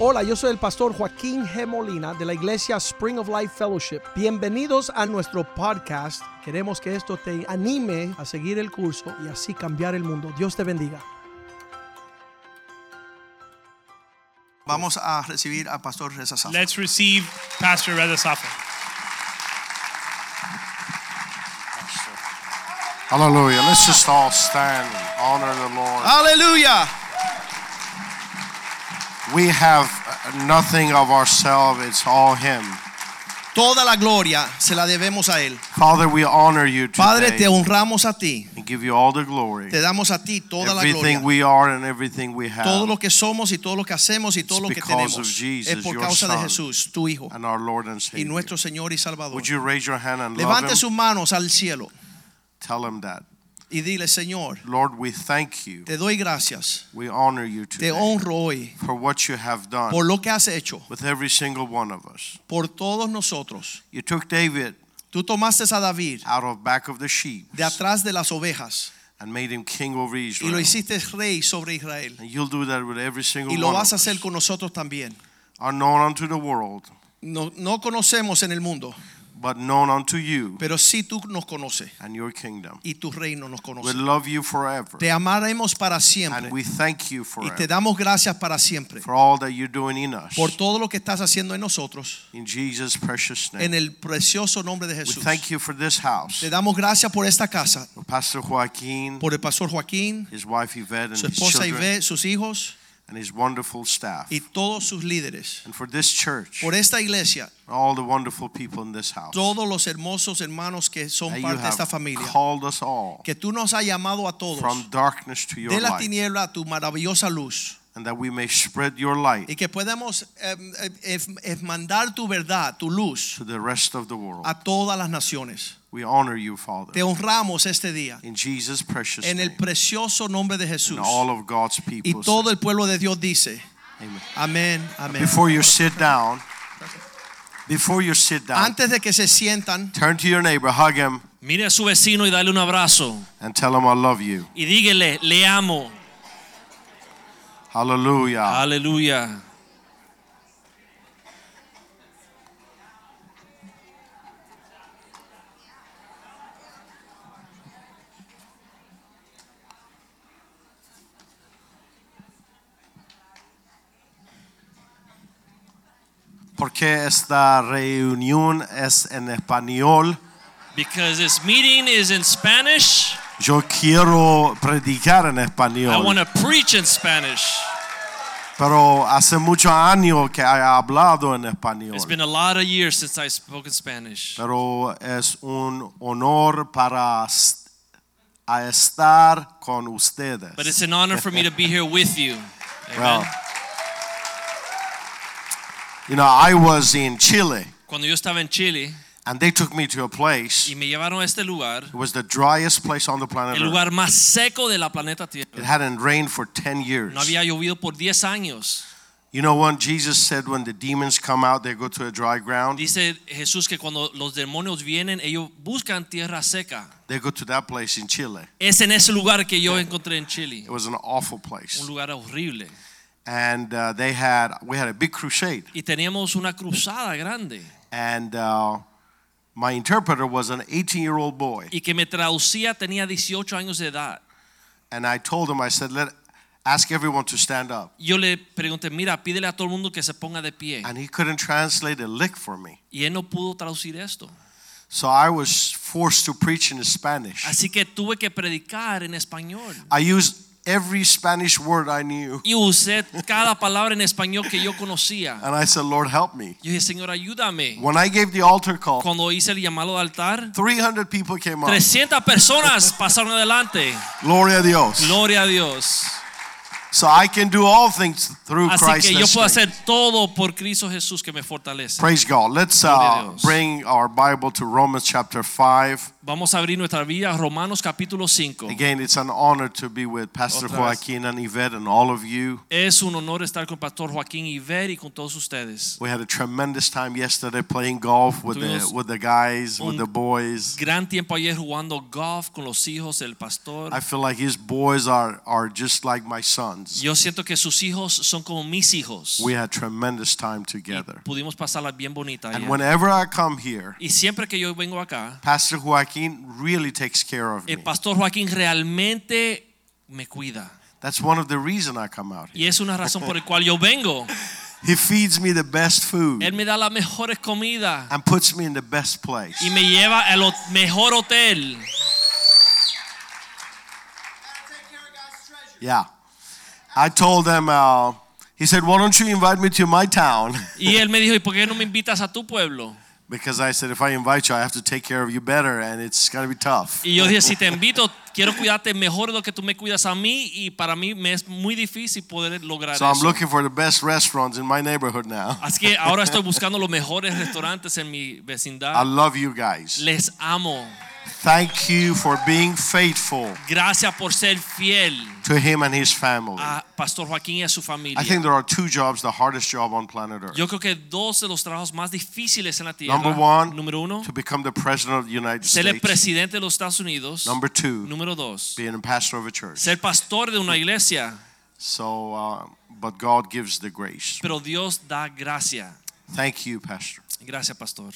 Hola, yo soy el pastor Joaquín G. Molina de la iglesia Spring of Life Fellowship. Bienvenidos a nuestro podcast. Queremos que esto te anime a seguir el curso y así cambiar el mundo. Dios te bendiga. Vamos a recibir al pastor Reza Safa. Let's receive Pastor Reza Safa. Hallelujah. Let's just all stand and honor the Lord. Aleluya. We have uh, nothing of ourselves, it's all Him. Toda la gloria se la debemos a él. Father, we honor you Padre, te today honramos a ti. and give you all the glory. Te damos a ti toda la gloria. Everything we are and everything we Todo have, lo que somos y todo lo que hacemos y todo lo It's que because tenemos of Jesus, es por your causa de son. Jesús, tu hijo and our Lord and y Savior. nuestro Señor y Salvador. Would you raise your hand and love Levante sus Him? manos al cielo Tell Him that. y dile, Señor, Lord, we thank you. te doy gracias. We honor you Te today honro hoy for what you have por done lo que has hecho with every single one of us. por todos nosotros. You took David Tú tomaste a David out of back of the sheep de atrás de las ovejas and made him king over y lo Israel. hiciste rey sobre Israel. And you'll do that with every single Y lo one vas a of us. hacer con nosotros también. Are known unto the world, No, no conocemos en el mundo, but known unto you pero sí tú nos conoces and your kingdom. y tu reino nos We conoce. love you forever. Te amaremos para siempre And we thank you y te forever damos gracias para siempre for all that you're doing in us. por todo lo que estás haciendo en nosotros In Jesus' precious en name. el precioso nombre de We Jesús. thank you for this house. Te damos gracias por esta casa, For Pastor Joaquin, por el pastor Joaquín, his wife Yvette, and su his esposa children, Ibe, sus hijos and his wonderful staff. y todos sus líderes. And for this church, Por esta iglesia, all the wonderful people in this house. todos los hermosos hermanos que son That you parte de esta have familia, called us all que tú nos has llamado a todos from darkness to your de la light. tiniebla a tu maravillosa luz. And that we may spread your light y que podamos eh, eh, eh, eh, mandar tu verdad, tu luz to the rest of the world. a todas las naciones. We honor you, Father, Te honramos este día in Jesus' precious en el name. precioso nombre de Jesús. And all of God's Y people. todo el puelo de Dios dice, say, Amen. amén, amén. Before you sit down, before you sit down, Antes de que se sientan, turn to your neighbor, hug him, Mire a su vecino y dale un abrazo. and tell him I love you. Y dígale, le amo. Ah. Hallelujah. Aleluya. Porque esta reunión es en español. Because this meeting is in Spanish, Yo quiero predicar en I want español, to preach in Spanish. pero hace muchos años que he hablado en español. It's been a lot of years since I've spoken Spanish. Pero es un honor para s- a estar con ustedes. But it's an honor for me to be here with you. Well, Amen. you know, I was in Chile Cuando yo estaba en Chile and they took me to a place. y me llevaron a este lugar, It was the driest place on the planet el Earth. lugar más seco de la planeta It Tierra. hadn't rained for 10 years. No había llovido por 10 años. You know what Jesus said when the demons come out, they go to a dry ground? Dice Jesús que cuando los demonios vienen, ellos buscan tierra seca. They go to that place in Chile. Es en ese lugar que yo encontré en Chile, It was an awful un place. lugar horrible. And uh, they had, we had a big crusade. Y teníamos una cruzada grande And uh, my interpreter was an 18 year old boy. y que me traducía tenía 18 años de edad. And I told him, I said, let ask everyone to stand up. Yo le pregunté, mira, pídele a todo el mundo que se ponga de pie. And he couldn't translate a lick for me. Y él no pudo traducir esto. So I was forced to preach in Spanish. Así que tuve que predicar en español. I used every Spanish word I knew. Y usé cada palabra en español que yo conocía. And I said, Lord, help me. Yo dije, Señor, ayúdame. When I gave the altar call, Cuando hice el llamado de altar, 300 people came up. 300 personas pasaron adelante. Gloria a Dios. Gloria a Dios. So I can do all things through Así Christ. que yo that puedo strength. hacer todo por Cristo Jesús que me fortalece. Praise God. Let's Gloria a uh, Dios. bring our Bible to Romans chapter 5. Vamos a abrir nuestra vida a Romanos capítulo 5. Again, it's an honor to be with Pastor Otra vez. Joaquin and Yvette and all of you. Es un honor estar con Pastor Joaquín Iver y con todos ustedes. We had a tremendous time yesterday playing golf with the Tuvimos with the guys, with un- the boys. Gran tiempo ayer jugando golf con los hijos del pastor. I feel like his boys are are just like my sons. sons. Yo siento que sus hijos son como mis hijos. We had tremendous time together. Pudimos pasarla bien bonita. And ayer. whenever I come here, Y siempre que yo vengo acá, Pastor Joaquin really takes care of me. el pastor Joaquín realmente me cuida. That's one of the reason I come out Y here. es una razón por la cual yo vengo. He feeds me the best Él food me da las mejores comidas and puts me in the best place. y me lleva al ho- mejor hotel. Yeah. I told them, uh, he said, why don't you invite me to my town? Y él me dijo, ¿y por qué no me invitas a tu pueblo? Because I said, if I invite you, I have to take care of you better and it's going to be tough. Y yo dije, si te invito, quiero cuidarte mejor de lo que tú me cuidas a mí y para mí me es muy difícil poder lograr So I'm eso. looking for the best restaurants in my neighborhood now. Así que ahora estoy buscando los mejores restaurantes en mi I vecindad. love you guys. Les amo. Thank you for being faithful Gracias por ser fiel to him and his family. a Pastor Joaquín y a su I think familia. there are two jobs, the hardest job on planet Earth. Yo creo que dos de los trabajos más difíciles en la tierra. Number one, Número uno, to become the president of the United ser el States. presidente de los Estados Unidos. Number two, Número dos, being a pastor of a church. ser pastor de una iglesia. So, uh, but God gives the grace. Pero Dios da gracia. Thank you, Pastor. Gracias, pastor.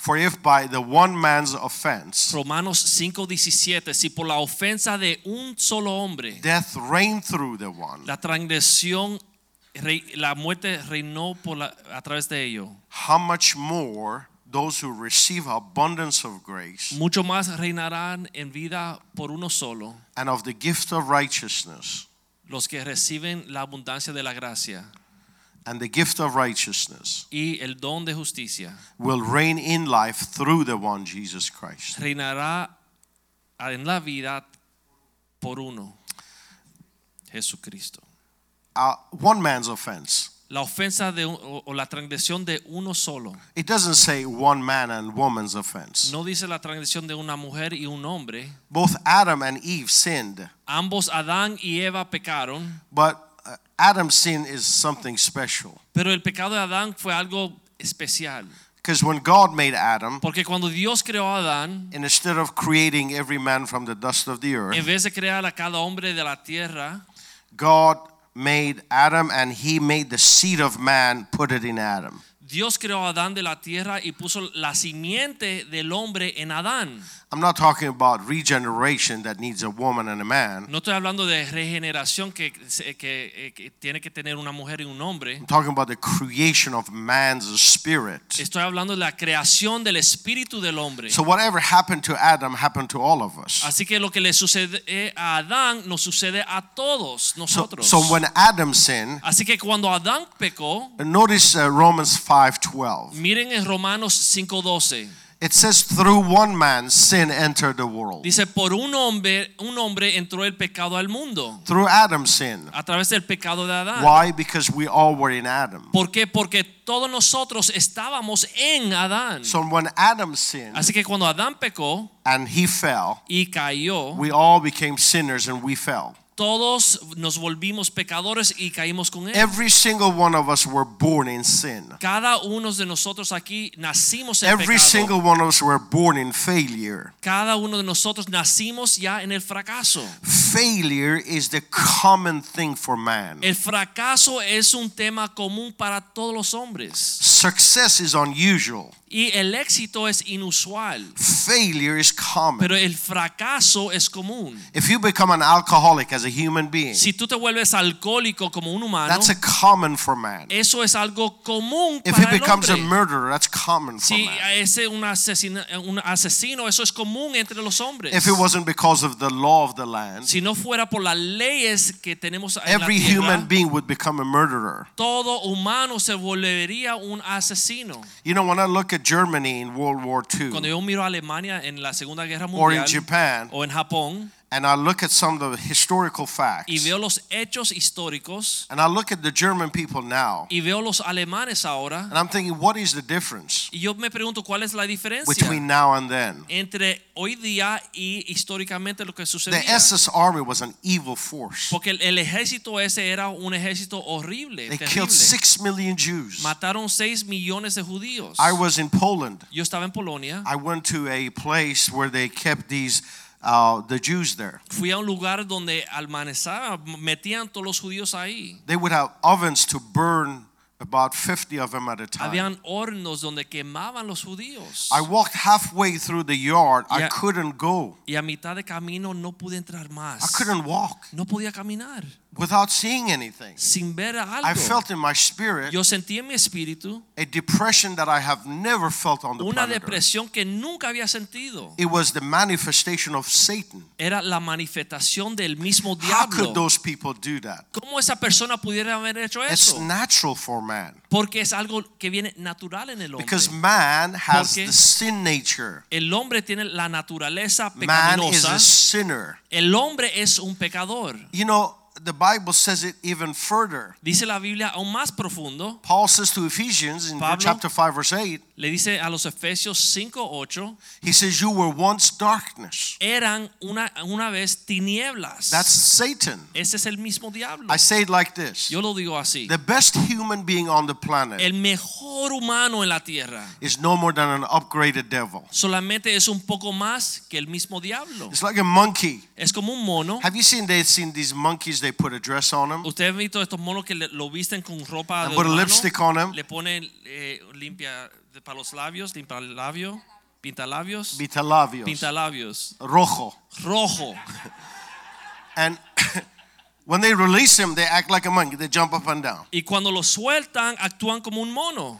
For if by the one man's offense Romanos 5:17, si por la ofensa de un solo hombre, death reigned through the one, la transgresión, rei- la muerte reinó por la- a través de ello, how much more those who receive abundance of grace mucho más reinarán en vida por uno solo and of the gift of righteousness los que reciben la abundancia de la gracia and the gift of righteousness y el don de justicia. will reign in life through the one Jesus Christ. Reinará en la vida por uno, Jesucristo. Uh, one man's offense. La ofensa de, un- o, o la transgresión de uno solo. It doesn't say one man and woman's offense. No dice la transgresión de una mujer y un hombre. Both Adam and Eve sinned, Ambos Adán y Eva pecaron, but uh, Adam's sin is something special. pero el pecado de Adán fue algo especial, Because when God made Adam, porque cuando Dios creó a Adán, and instead of creating every man from the dust of the en earth, vez de crear a cada hombre de la tierra, God made Adam and he made the seed of man, put it in Adam. Dios creó a Adán de la tierra y puso la simiente del hombre en Adán. I'm not talking about regeneration that needs a woman and a man. No estoy hablando de regeneración que, que- eh, que tiene que tener una mujer y un hombre. I'm talking about the creation of man's spirit. Estoy hablando de la creación del espíritu del hombre. So whatever happened to Adam happened to all of us. Así que lo que le sucede a Adán nos sucede a todos So, nosotros. so when Adam sinned, Así que cuando Adán pecó, notice uh, Romans 5:12. miren en Romanos 5:12, It says, through one man sin entered the world. dice, por un hombre, un hombre entró el pecado al mundo Through Adam's sin. a través del pecado de Adán. Why? Because we all were in Adam. ¿Por qué? Porque todos nosotros estábamos en Adán. So when Adam sinned Así que cuando Adán pecó and he fell, y cayó, we all became sinners and we fell. todos nos volvimos pecadores y caímos con él. Every single one of us were born in sin. Cada uno de nosotros aquí nacimos en Every pecado. single one of us were born in failure. Cada uno de nosotros nacimos ya en el fracaso. Failure is the common thing for man. El fracaso es un tema común para todos los hombres Success is unusual. y el éxito es inusual, Failure is common. pero el fracaso es común. If you become an alcoholic as a human being, Si tú te vuelves alcohólico como un humano, that's a common for man. eso es algo común If he para el becomes a hombre. murderer, that's common for Si man. es un asesino, un asesino, eso es común entre los hombres. If it wasn't because of the law of the land, si no fuera por las leyes que tenemos en la every tierra, human being would become a murderer. todo humano se volvería un asesino. You know, when I look at Germany in World War Cuando II yo miro a Alemania en la Segunda Guerra or in Mundial Japan, o en Japón and I look at some of the historical y facts, veo los hechos históricos and I look at the German people now, y veo los alemanes ahora and I'm thinking, what is the difference y yo me pregunto cuál es la diferencia between now and then? entre hoy día y históricamente lo que The sucedía. SS army was an evil force. Porque el, el ejército ese era un ejército horrible, They terrible. killed six million Jews. Mataron 6 millones de judíos. I was in Poland. Yo estaba en Polonia I went to a place where they kept these uh, the Jews there. Fui a un lugar donde almanezaba, metían todos los judíos ahí. They would have ovens to burn about 50 of them at a time. Habían hornos donde quemaban los judíos. I walked halfway through the yard. Yeah. I couldn't go. Y a mitad de camino no pude entrar I más. couldn't walk No podía caminar without seeing anything. sin ver I algo. felt in my spirit Yo sentí en mi espíritu a depression that I have never felt on the una planet. Earth. depresión que nunca había sentido. It was the manifestation of Satan. Era la manifestación del mismo How could diablo. those people do that? ¿Cómo esa persona pudiera haber hecho It's eso? natural for man Porque es algo que viene natural en el hombre. because man has Porque- the sin nature. El hombre tiene la naturaleza Man is pecaminosa. a sinner. El hombre es un pecador. You know, the Bible says it even further. Dice la Biblia aún más profundo. Paul says to Ephesians in Pablo- chapter 5 verse 8, Le dice a los Efesios 5:8, he says you were once darkness. eran una, una vez tinieblas. That's Satan. Ese es el mismo diablo. I say it like this. Yo lo digo así. The best human being on the planet El mejor humano en la tierra is no more than an upgraded devil. solamente es un poco más que el mismo diablo. It's like a monkey. Es como un mono. Have you seen they've seen these monkeys they put a dress on them? Ustedes han visto estos monos que le- lo visten con ropa And de put a humano? lipstick on them. le ponen eh, limpia de- para los labios, limpia labio, pinta labios, pinta Vitalabios. labios, Rojo. rojo. And when they release him they act like a monkey. They jump up and down. Y cuando lo sueltan, actúan como un mono.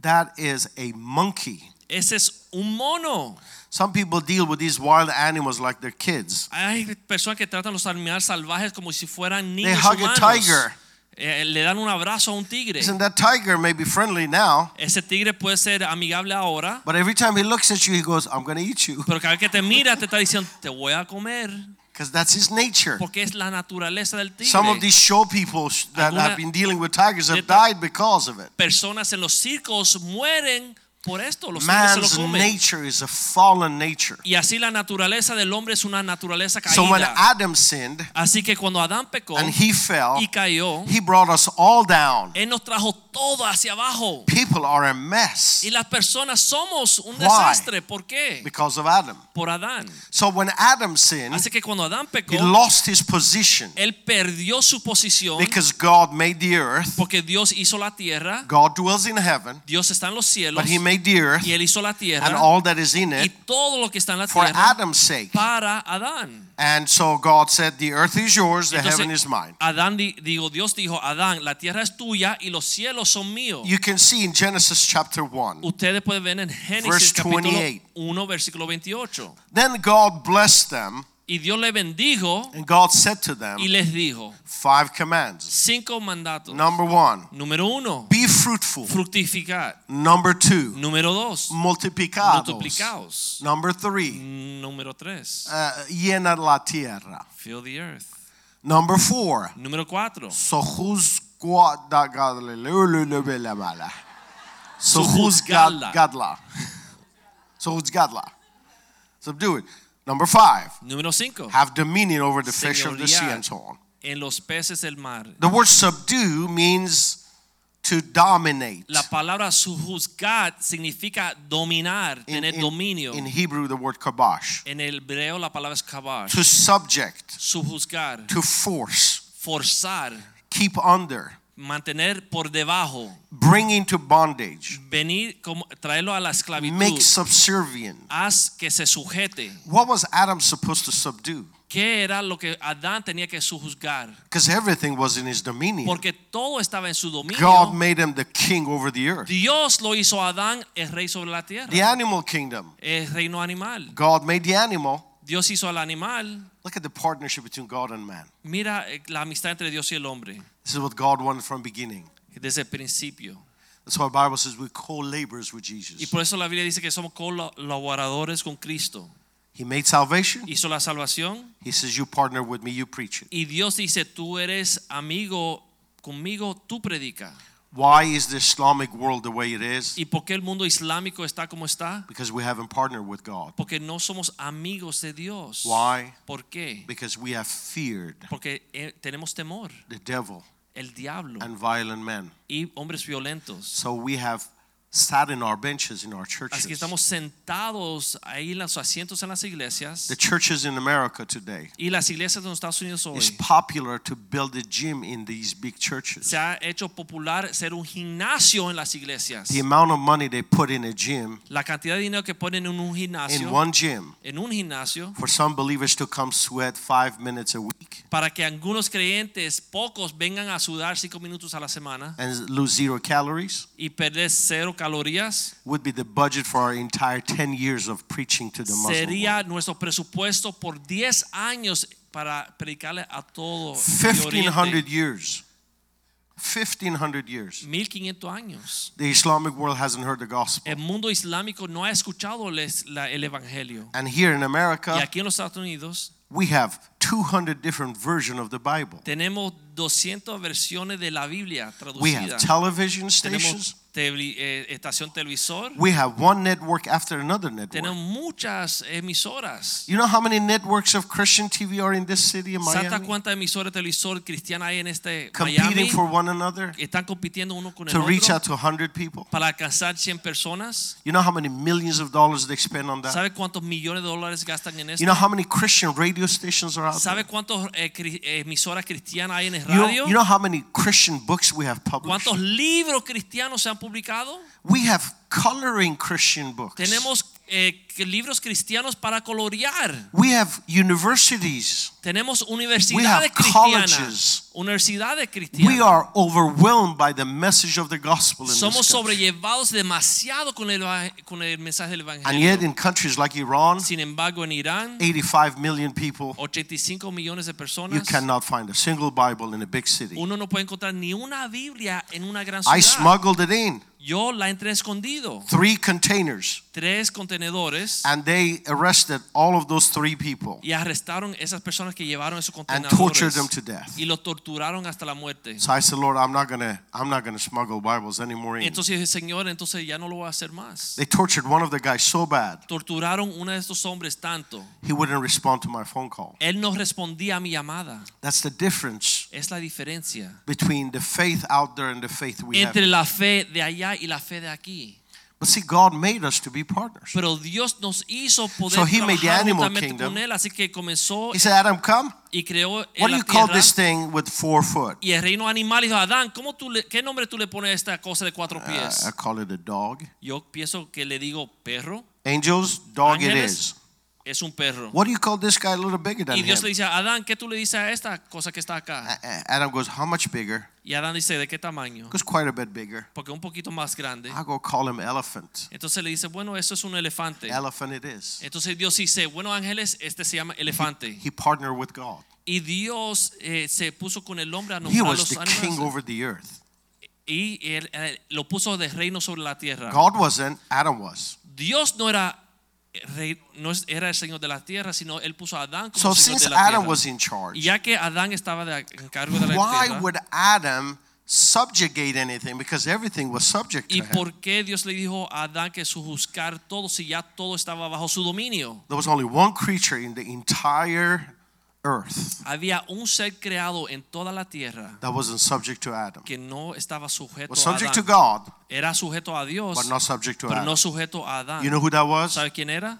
That is a monkey. Ese es un mono. Some people deal with these wild animals like they're kids. Hay personas que tratan a los animales salvajes como si fueran niños hug a humanos. tiger. Eh, le dan un abrazo a un tigre. Listen, that tiger may be friendly now, Ese tigre puede ser amigable ahora, but every time he looks at you, he goes, I'm going to eat you. pero cada vez que te mira te está diciendo, te voy a comer, Because that's his nature. porque es la naturaleza del tigre. Some of these show people sh- that Alguna- have been dealing with tigers have Neta- died because of it. Personas en los circos mueren por esto, los tigres se lo Man's comen. nature is a fallen nature. Y así la naturaleza del hombre es una naturaleza caída. So when Adam sinned así que cuando Adán pecó and he fell, y cayó, he brought us all down. él nos trajo todo hacia abajo. People are a mess Y las personas somos un Why? desastre. ¿Por qué? because of Adam. Por Adán. So when Adam sinned, Así que cuando Adán Hmm? he pecó, lost his position él perdió su posición because God made the earth. porque Dios hizo la tierra, God dwells in heaven, Dios está en los cielos but he made the earth y él hizo la and tierra all that is in y it todo lo que está en la Eh? for tierra Adam's sake. para Adán. And so God said, The earth is yours, the Entonces, heaven is mine. Adán di- digo, Dios dijo, Adán, la tierra es tuya y los cielos son míos. You can see in Genesis chapter 1. Ustedes pueden ver en Génesis Verse capítulo 28. 1 versículo 28. Then God blessed them, Y Dios le bendijo and God said to them, y les dijo Five commands. cinco mandatos. Number one, Número uno, be fruitful. fructificar. Number two, Número dos, multiplicados. multiplicaos. Number three, Número tres, uh, llena la tierra. fill the earth. Number four, Número cuatro, Sojuzgadla. Sojuzgadla. Sojuzgadla. Subdue it. Number five, número cinco, have dominion over the fish of the sea Señoría. and so on. en los peces del mar. The word subdue means to dominate. La palabra sujuzgar significa dominar, In, tener in- dominio. in Hebrew, the word kabash. en el hebreo la palabra es kabar. To subject, Sujuzgar, to force, forzar, keep under, mantener por debajo, bring into bondage, venir, como, traerlo a la esclavitud. make subservient. Haz que se sujete. What was Adam supposed to subdue? ¿Qué era lo que Adán tenía que sujuzgar? Because everything was in his dominion. Porque todo estaba en su God dominio. made him the king over the earth. Dios lo hizo a Adán el rey sobre la tierra. The animal kingdom. El reino animal. God made the animal. Dios hizo al animal. Look at the partnership between God and man. Mira eh, la amistad entre Dios y el hombre This is what God wanted from beginning. desde el principio. That's why the Bible says we co-laborers with Y Jesus. por eso la Biblia dice que somos colaboradores con Cristo. He made salvation. Hizo la salvación He says, You partner with me, you preach it. y Dios dice, tú eres amigo conmigo, tú predica. Why is the Islamic world the way it is? ¿Y por qué el mundo islámico está como está? Because we haven't partnered with God. Porque no somos amigos de Dios. Why? ¿Por qué? Because we have feared Porque eh, tenemos temor, the devil el diablo and violent men. y hombres violentos. So we have sat in our benches in our Así que churches. estamos sentados ahí en los asientos en las iglesias The churches in America today y las iglesias de los Estados Unidos hoy. it's popular to build a gym in these big churches. Se ha hecho popular ser un gimnasio en las iglesias. The amount of money they put in a gym, La cantidad de dinero que ponen en un in gimnasio, one gym, en un gimnasio, for some believers to come sweat five minutes a week para que algunos creyentes, pocos, vengan a sudar cinco minutos a la semana and lose zero calories y perder cero calorías, would be the budget for our entire 10 years of preaching to the Muslim world. sería nuestro presupuesto por 10 años para predicarle a todo el Oriente. 1500 years 1500 years 1500 años. the islamic world hasn't heard the gospel El mundo islámico no ha escuchado les- la- el evangelio. and here in Y america aquí en los Estados Unidos we have 200 different versions of the bible tenemos 200 versiones de la Biblia we have traducida. television stations Tenemos tele- eh, estación televisor. we have one network after another Tenemos network muchas emisoras. you know how many networks of christian tv are in this city in ¿Santa miami cuántas emisoras de televisor cristiana hay en este competing Miami? for one another Están compitiendo uno con el to reach otro out to 100 people para alcanzar 100 personas. you know how many millions of dollars they spend on that ¿Sabe cuántos millones de dólares gastan en you esto? know how many christian radio stations are out there ¿Sabe cuántas eh, emisoras cristianas hay en el you know, radio? you know how many christian books we have published ¿Cuántos libros cristianos se han publicado? We have coloring Christian books. Tenemos eh, que- libros cristianos para colorear. we have universities. Tenemos We have universidades cristianas. colleges. Universidades We cristianas. are overwhelmed by the message of the gospel in this Somos country. sobrellevados demasiado con el, eva- con el mensaje del And yet Evangelio. in countries like Iran, Sin embargo, en Irán, 85 million people, 85 millones de you personas. cannot find a single Bible in a big city. Uno no puede encontrar ni una Biblia en una gran I ciudad. smuggled it in, Yo la entré escondido. three containers, Tres contenedores and they arrested all of those three people y arrestaron esas personas que llevaron esos and tortured contenedores them to death. y los torturaron hasta la muerte. So I said, Lord, I'm not gonna, I'm not gonna smuggle Bibles anymore. In. Entonces dije, Señor, entonces ya no lo voy a hacer más. They tortured one of the guys so bad Torturaron uno de estos hombres tanto. he wouldn't respond to my phone call. Él no respondía a mi llamada. That's the difference Es la diferencia between the faith out there and the faith we have. entre la fe de allá y la fe de aquí. But see, God made us to be partners. Pero Dios nos hizo poder So he made the trabajar animal juntamente kingdom. con él, así que comenzó He said, Adam, come. y creó en What do la you call tierra this thing with four foot? y el reino animal y dijo Adán ¿cómo tú le- qué nombre tú le pones a esta cosa de cuatro Uh, pies I call it a dog. yo pienso que le digo perro Angels, dog it Ángeles. is. es un perro What do you call this guy a little bigger than y him? Ah. Dios le dice a Adán ¿qué tú le dices a esta cosa que está acá? A- a- Adam goes, how much bigger? y Adán dice ¿de qué tamaño? Goes quite a bit bigger. porque un poquito más grande I go call him elephant. entonces le dice bueno eso es un elefante Elephant it is. entonces Dios dice bueno ángeles este se llama elefante He partnered with God. y Dios eh, se puso con el hombre a He nombrar was los the king animales over the earth. Ah. y él, eh, lo puso de reino sobre la tierra God wasn't, Adam was. Dios no era eh, rey- no es- era el señor de la tierra, sino él puso a Adán como So señor since de la Adam tierra. was in charge, Y ya que Adán estaba de- en cargo de la Why tierra, would Adam subjugate anything? Because everything was subject to ¿y him. por qué Dios le dijo a Adán que sujuzgar todo si ya todo estaba bajo su dominio? There was only one creature in the entire earth Había un ser creado en toda la tierra that wasn't subject to Adam. que no estaba sujeto Was a subject to Adán. God, Era sujeto a Dios, but not subject to pero no Adam. sujeto a Adán. You know who that was? ¿Sabe quién era?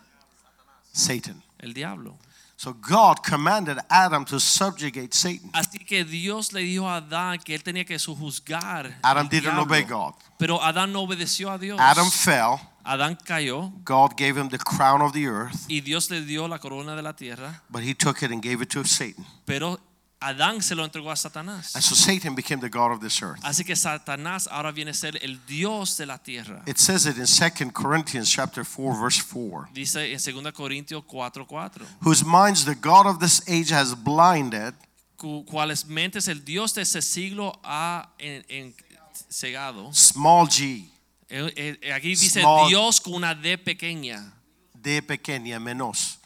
Satan. El diablo. So God commanded Adam to subjugate Satan. Así que Dios le dijo a Adán que él tenía que sujuzgar Adam al didn't diablo. obey God. Pero Adán no obedeció a Dios. Adam fell. Adán cayó God gave him the crown of the earth, y Dios le dio la corona de la tierra, but he took it and gave it to Satan. pero Adán se lo entregó a And Satanás. so Satan became the God of this earth. Así que Satanás ahora viene a ser el Dios de la tierra. It says it in 2 Corinthians chapter 4 verse 4. Dice en 2 Corintios 4:4, whose minds the God of this age has blinded, cu- cuales mentes el Dios de ese siglo ha en- en- cegado. small g, Eh, eh, Aquí dice Small. Dios con una D pequeña, de pequeña menos,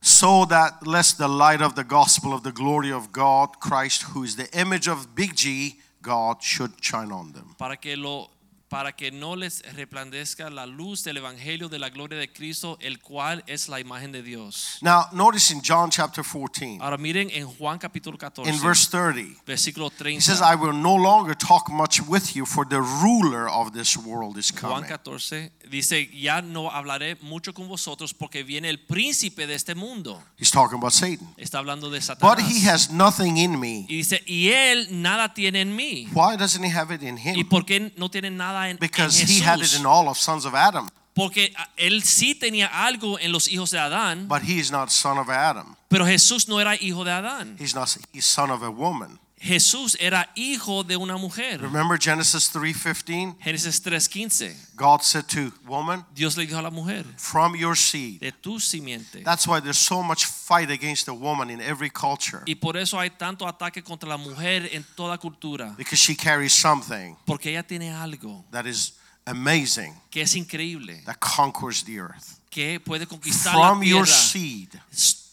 so that lest the light of the gospel of the glory of God, Christ, who is the image of big G, God, should shine on them. para que lo para que no les resplandezca la luz del evangelio de la gloria de Cristo, el cual es la imagen de Dios. Now, notice in John chapter 14, Ahora miren en Juan capítulo 14, in verse 30, versículo he says, 30. I will no longer talk much with you, for the ruler of this world is Juan coming. 14 dice, ya no hablaré mucho con vosotros porque viene el príncipe de este mundo. He's talking about Satan. Está hablando de Satanás. But he has nothing in me. y dice, y él nada tiene en mí. Why doesn't he have it in ¿Y him? por qué no tiene nada en, en Because Jesús? he had it in all of sons of Adam, Porque ah, él sí tenía algo en los hijos de Adán, but he is not son of Adam. pero Jesús no era hijo de Adán. He's not he's son of a woman. Mm. Jesús era hijo de una mujer. Remember Genesis 3:15? Génesis 3:15. God said to woman, Dios le dijo a la mujer, "From your seed." de tu simiente. That's why there's so much fight against the woman in every culture Y por eso hay tanto ataque contra la mujer en toda cultura, because she carries something porque ella tiene algo that is amazing que es increíble, that conquers the earth. que puede conquistar la From your tierra. seed,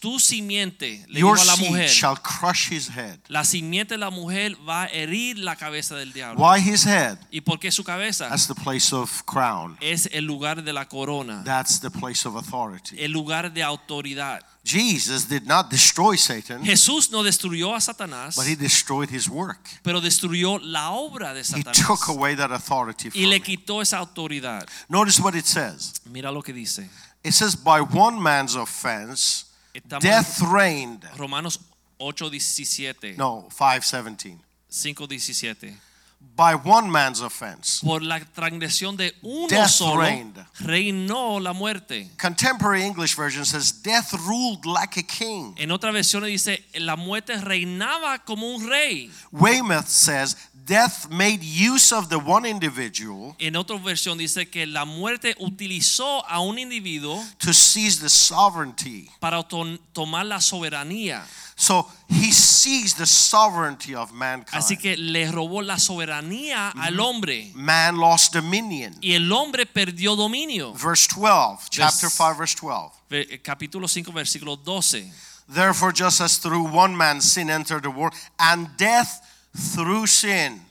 Tu simiente le dijo your a la seed mujer, shall crush his head. la simiente de la mujer va a herir la cabeza del diablo. Why his head? ¿Y por qué su cabeza? That's the place of crown. Es el lugar de la corona, That's the place of authority. el lugar de autoridad. Jesus did not destroy Satan, Jesús no destruyó a Satanás, Mm. but he destroyed his work. pero destruyó la obra de He Satanás took away that authority from y le him. quitó esa autoridad. Notice what it says. Mira lo que dice. It says, by one man's offense, Estamos death reigned. en Romanos 8:17, No, 517. 5:17. By one man's offense. Por la transgresión de uno Death solo reigned. reinó la muerte. Contemporary English version says, death ruled like a king. En otra versión dice, la muerte reinaba como un rey. Weymouth says, death made use of the one individual En otra versión dice que la muerte utilizó a un individuo to seize the sovereignty. para to- tomar la soberanía. So he seized the sovereignty of mankind. Así que le robó la soberanía Mm-hmm. al hombre Man lost dominion. y el hombre perdió dominio. Verse 12, chapter Vers- 5, verse 12. Ve- eh, Capítulo 5, versículo 12. Therefore, just as through one man sin entered the world, and death through sin.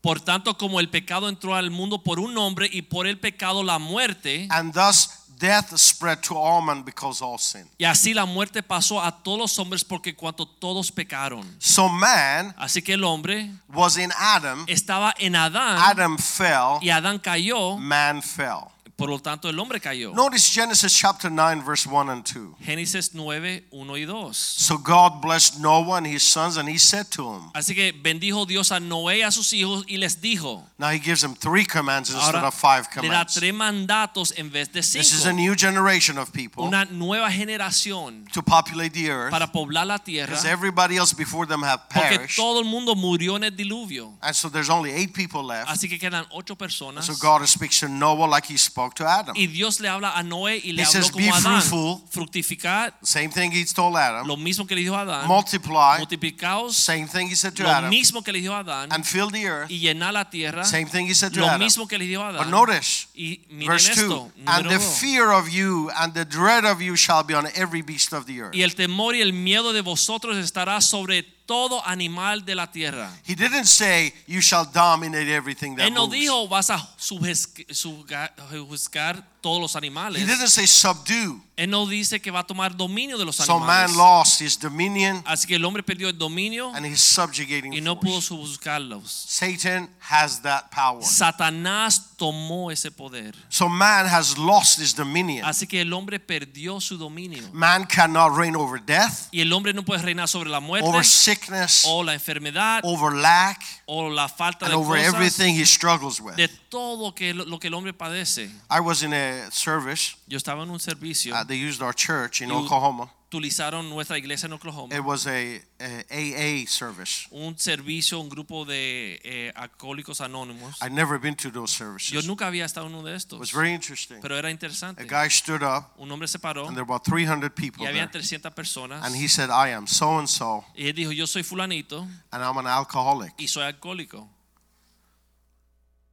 Por tanto, como el pecado entró al mundo por un hombre y por el pecado la muerte, And thus death spread to all men because all sin. y así la muerte pasó a todos los hombres porque cuanto todos pecaron. So man Así que el hombre was in Adam, estaba en Adán Adam fell, y Adán cayó, man fell. por lo tanto el hombre cayó. Notice Genesis chapter 9, verse 1 and 2. Génesis 9, 1 y 2. So God blessed Noah and his sons, and he said to him, Así que bendijo Dios a Noé y a sus hijos y les dijo, Now he gives him three commands instead ahora of five le da commands. tres mandatos en vez de This is a cinco. new generation of people Una nueva generación to populate the earth para poblar la tierra because everybody else before them have porque perished. todo el mundo murió en el diluvio. And so there's only eight people left. Así que quedan ocho personas. So God speaks to Noah like he spoke to Adam. y Dios le habla a Noé y le He habló says, como "Be a Adán. fruitful." Fructificar, Same thing he told Adam. lo mismo que le dijo a Adán. Multiply. Multiplicaos, Same thing he said to lo Adam. mismo que le dijo a Adán. And fill the earth. Y llenar la tierra, Same thing he said to lo Adam. mismo que le dijo a But Adán. notice Y miren verse 2 esto, And número the dos. fear of you and the dread of you shall be on every beast of the earth. Y el temor y el miedo de vosotros estará sobre todo animal de la tierra. He didn't say you shall dominate everything that Él no moves. dijo vas a subjes- subga- juzgar todos los animales. He didn't say subdue. Él no dice que va a tomar dominio de los So animales. man lost his dominion Así que el hombre perdió el dominio and his subjugating y no pudo force. subjuzgarlos. Satan has that power. Satanás tomó ese poder. So man has lost his dominion. Así que el hombre perdió su dominio. Man cannot reign over death, Y el hombre no puede reinar sobre la muerte over sickness, o la enfermedad over lack, o la falta and de over cosas, everything he struggles with. de todo que, lo que el hombre padece. I was in a service. Yo estaba en un servicio, Uh, they used our church in You- Oklahoma. utilizaron nuestra iglesia en Oklahoma. It was a, a AA service. un servicio, un grupo de eh, alcohólicos anónimos. I'd never been to those Yo services. It nunca había estado en uno de estos, was very interesting. pero era A interesante. guy stood up, Un hombre se paró and there were about 300 people y había there. 300 personas And he said, I am so and so, y él dijo, yo soy fulanito and I'm an alcoholic. y soy alcohólico.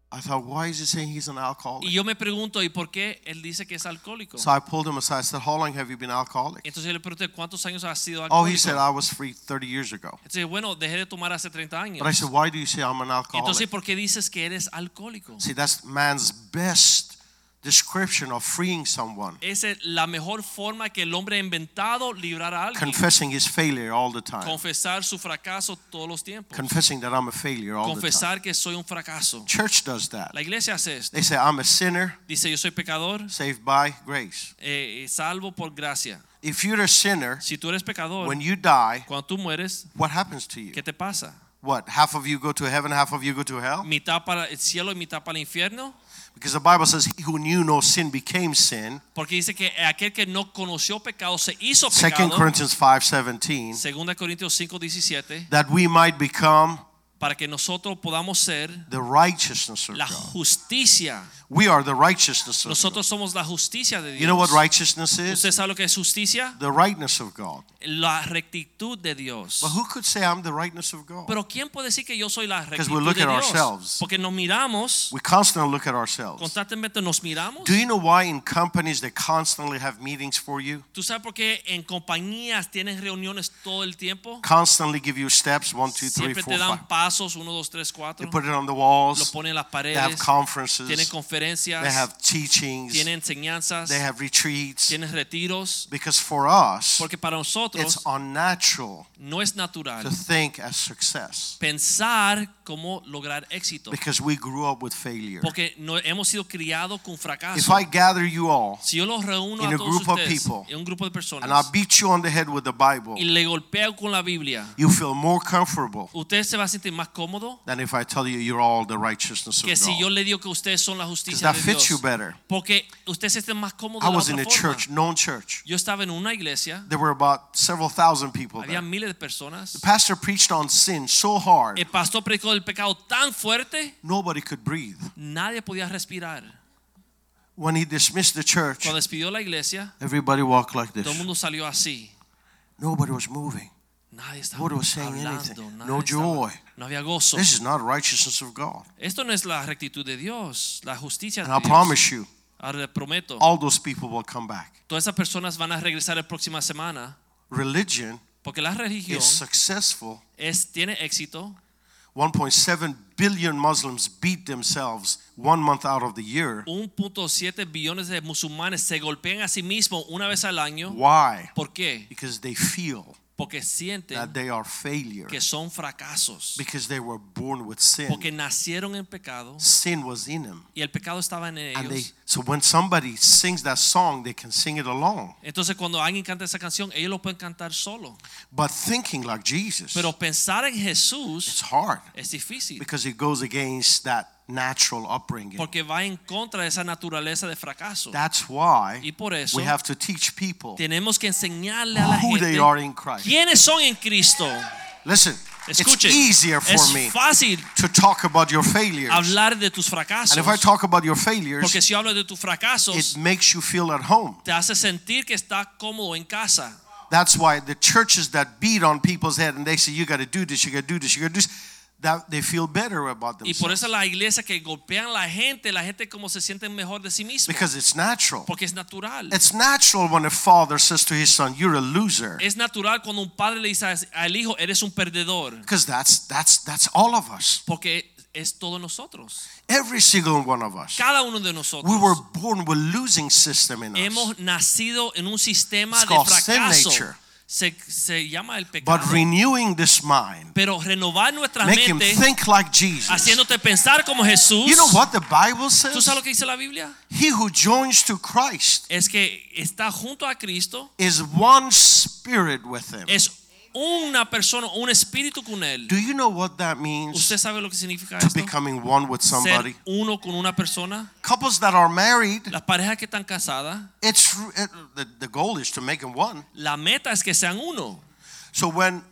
I thought, why is he saying he's an alcoholic? Y yo me pregunto, ¿y por qué él dice que es alcohólico? So I pulled him aside. I said, How long have you been alcoholic? Entonces yo le pregunté, ¿cuántos años has sido Oh, alcohólico? he said, I was free 30 years ago. Entonces, bueno, dejé de tomar hace 30 años. But I said, Why do you say I'm an Entonces, alcoholic? ¿por qué dices que eres alcohólico? See, that's man's best description of freeing someone, Esa es la mejor forma que el hombre ha inventado librar a alguien. confessing his failure all the time, Confesar su fracaso todos los tiempos. confessing that I'm a failure all the time. Confesar que soy un fracaso. Church does that. La iglesia hace esto. They say, I'm a sinner Dice, yo soy pecador, saved by grace. eh, eh, salvo por gracia. If you're a sinner, Si tú eres pecador, when you die, cuando tú mueres, what happens to you? ¿qué te pasa? What? Half of you go to heaven, half of you go to hell? ¿Mitad para el cielo y mitad para el infierno? Because the Bible says, He who knew no sin became sin. Porque dice que aquel que no conoció pecado se hizo 2 pecado. Corinthians 5:17 Segunda Corintios 5, 17. that we might become Para que nosotros podamos ser the righteousness of la God. justicia. We are the righteousness of God. Nosotros somos la justicia de Dios. You know what righteousness is? ¿Usted sabe lo que es justicia? The rightness of God. La rectitud de Dios. But who could say I'm the rightness of God? Pero ¿quién puede decir que yo soy la rectitud we de look at Dios? ourselves. Porque nos miramos, We constantly look at ourselves. constantemente nos miramos. Do you know why in companies they constantly have meetings for you? ¿Tú sabes por qué en compañías tienes reuniones todo el tiempo? Constantly give you steps one, two, three, Siempre four, te five. dan pasos, uno, dos, tres, They cuatro. put it on the Lo walls. ponen en las They have paredes. Tienen conferences. They conferencias. have teachings. Tienen enseñanzas. They have retreats. Tienen retiros. Because for us, Porque para it's nosotros unnatural no es natural to think as success pensar cómo lograr éxito. because we grew up with failure. Porque no, hemos sido criados con If fracaso. I gather you all si yo los reúno in a a todos group of ustedes people, en un grupo de and I personas beat you on the head with the Bible, y le golpeo con la Biblia, you feel more comfortable usted se va a sentir más cómodo than if I tell you you're all the righteousness of que si yo God. le digo que ustedes son la Because justicia that de fits you Dios. better. Porque usted se siente más cómodo I de la was in otra a forma. church, known church. Yo estaba en una iglesia, There were about several thousand people había there. miles de personas. The pastor preached on sin so hard, El pastor predicó del pecado tan fuerte, nobody could breathe. nadie podía respirar. When he dismissed the church, Cuando despidió la iglesia, everybody walked like todo el this. mundo salió así. Nobody was moving. Nadie estaba Nobody was saying hablando, anything. nadie No eh". estaba- joy. no había gozo. This is not righteousness of God. Esto no es la rectitud de Dios, la justicia de And I Dios. promise you, Oh. Ahora le prometo, all those people will come back. todas esas personas van a regresar la próxima semana, Religion porque la religión is successful. es, tiene éxito. 1.7 billion Muslims beat themselves one month out of the year. 1.7 billones de musulmanes se golpean a sí mismos una vez al año. Why? ¿Por qué? Because they feel Porque sienten that they are failure. que son fracasos, Because they were born with sin. porque nacieron en pecado Sin was in them. y el pecado estaba en And they ellos. so when somebody sings that song, they can sing it along. Entonces cuando alguien canta esa canción, ellos lo pueden cantar solo. But thinking like Jesus, Pero pensar en it's Jesús hard es difícil. because it goes against that natural upbringing. Porque va en contra de esa naturaleza de fracaso. That's why Y por eso we have to teach people tenemos que enseñarle a la who gente they are in Christ. quiénes son en Cristo. Listen, it's Escuchen, easier for me es fácil to talk about your failures. And hablar de tus fracasos. if I talk about your failures, Porque si yo hablo de tus it fracasos, makes you feel at home. te hace sentir que estás cómodo en casa. That's why the churches that beat on people's head and they say, you got to do this, you got to do this, you got to do this, that they feel better about Y por themselves. eso las iglesias que golpean a la gente, la gente como se sienten mejor de sí mismo. Because it's natural. Porque es natural. It's natural when a father says to his son, you're a loser. Es natural cuando un padre le dice a- al hijo, eres un perdedor. Because that's, that's, that's all of us. Porque es todos nosotros. Every single one of us. Cada uno de We were nosotros. born with losing system in us. Hemos nacido en un sistema It's de called sin fracaso. nature. Se, se llama el pecado. But renewing this mind, Pero renovar nuestra make him mente think like Jesus. haciéndote pensar como Jesús. You know what the Bible ¿Tú sabes says? lo que dice la Biblia? He who joins to Christ Es que está junto a Cristo, is one spirit with him. es una persona, un espíritu con él. Do you know what that means? ¿Usted sabe lo que significa To esto? becoming one with somebody. Ser uno con una persona. Couples that are married, Las parejas que están casadas, it's it, the, the goal is to make them one. la meta es que sean uno. So when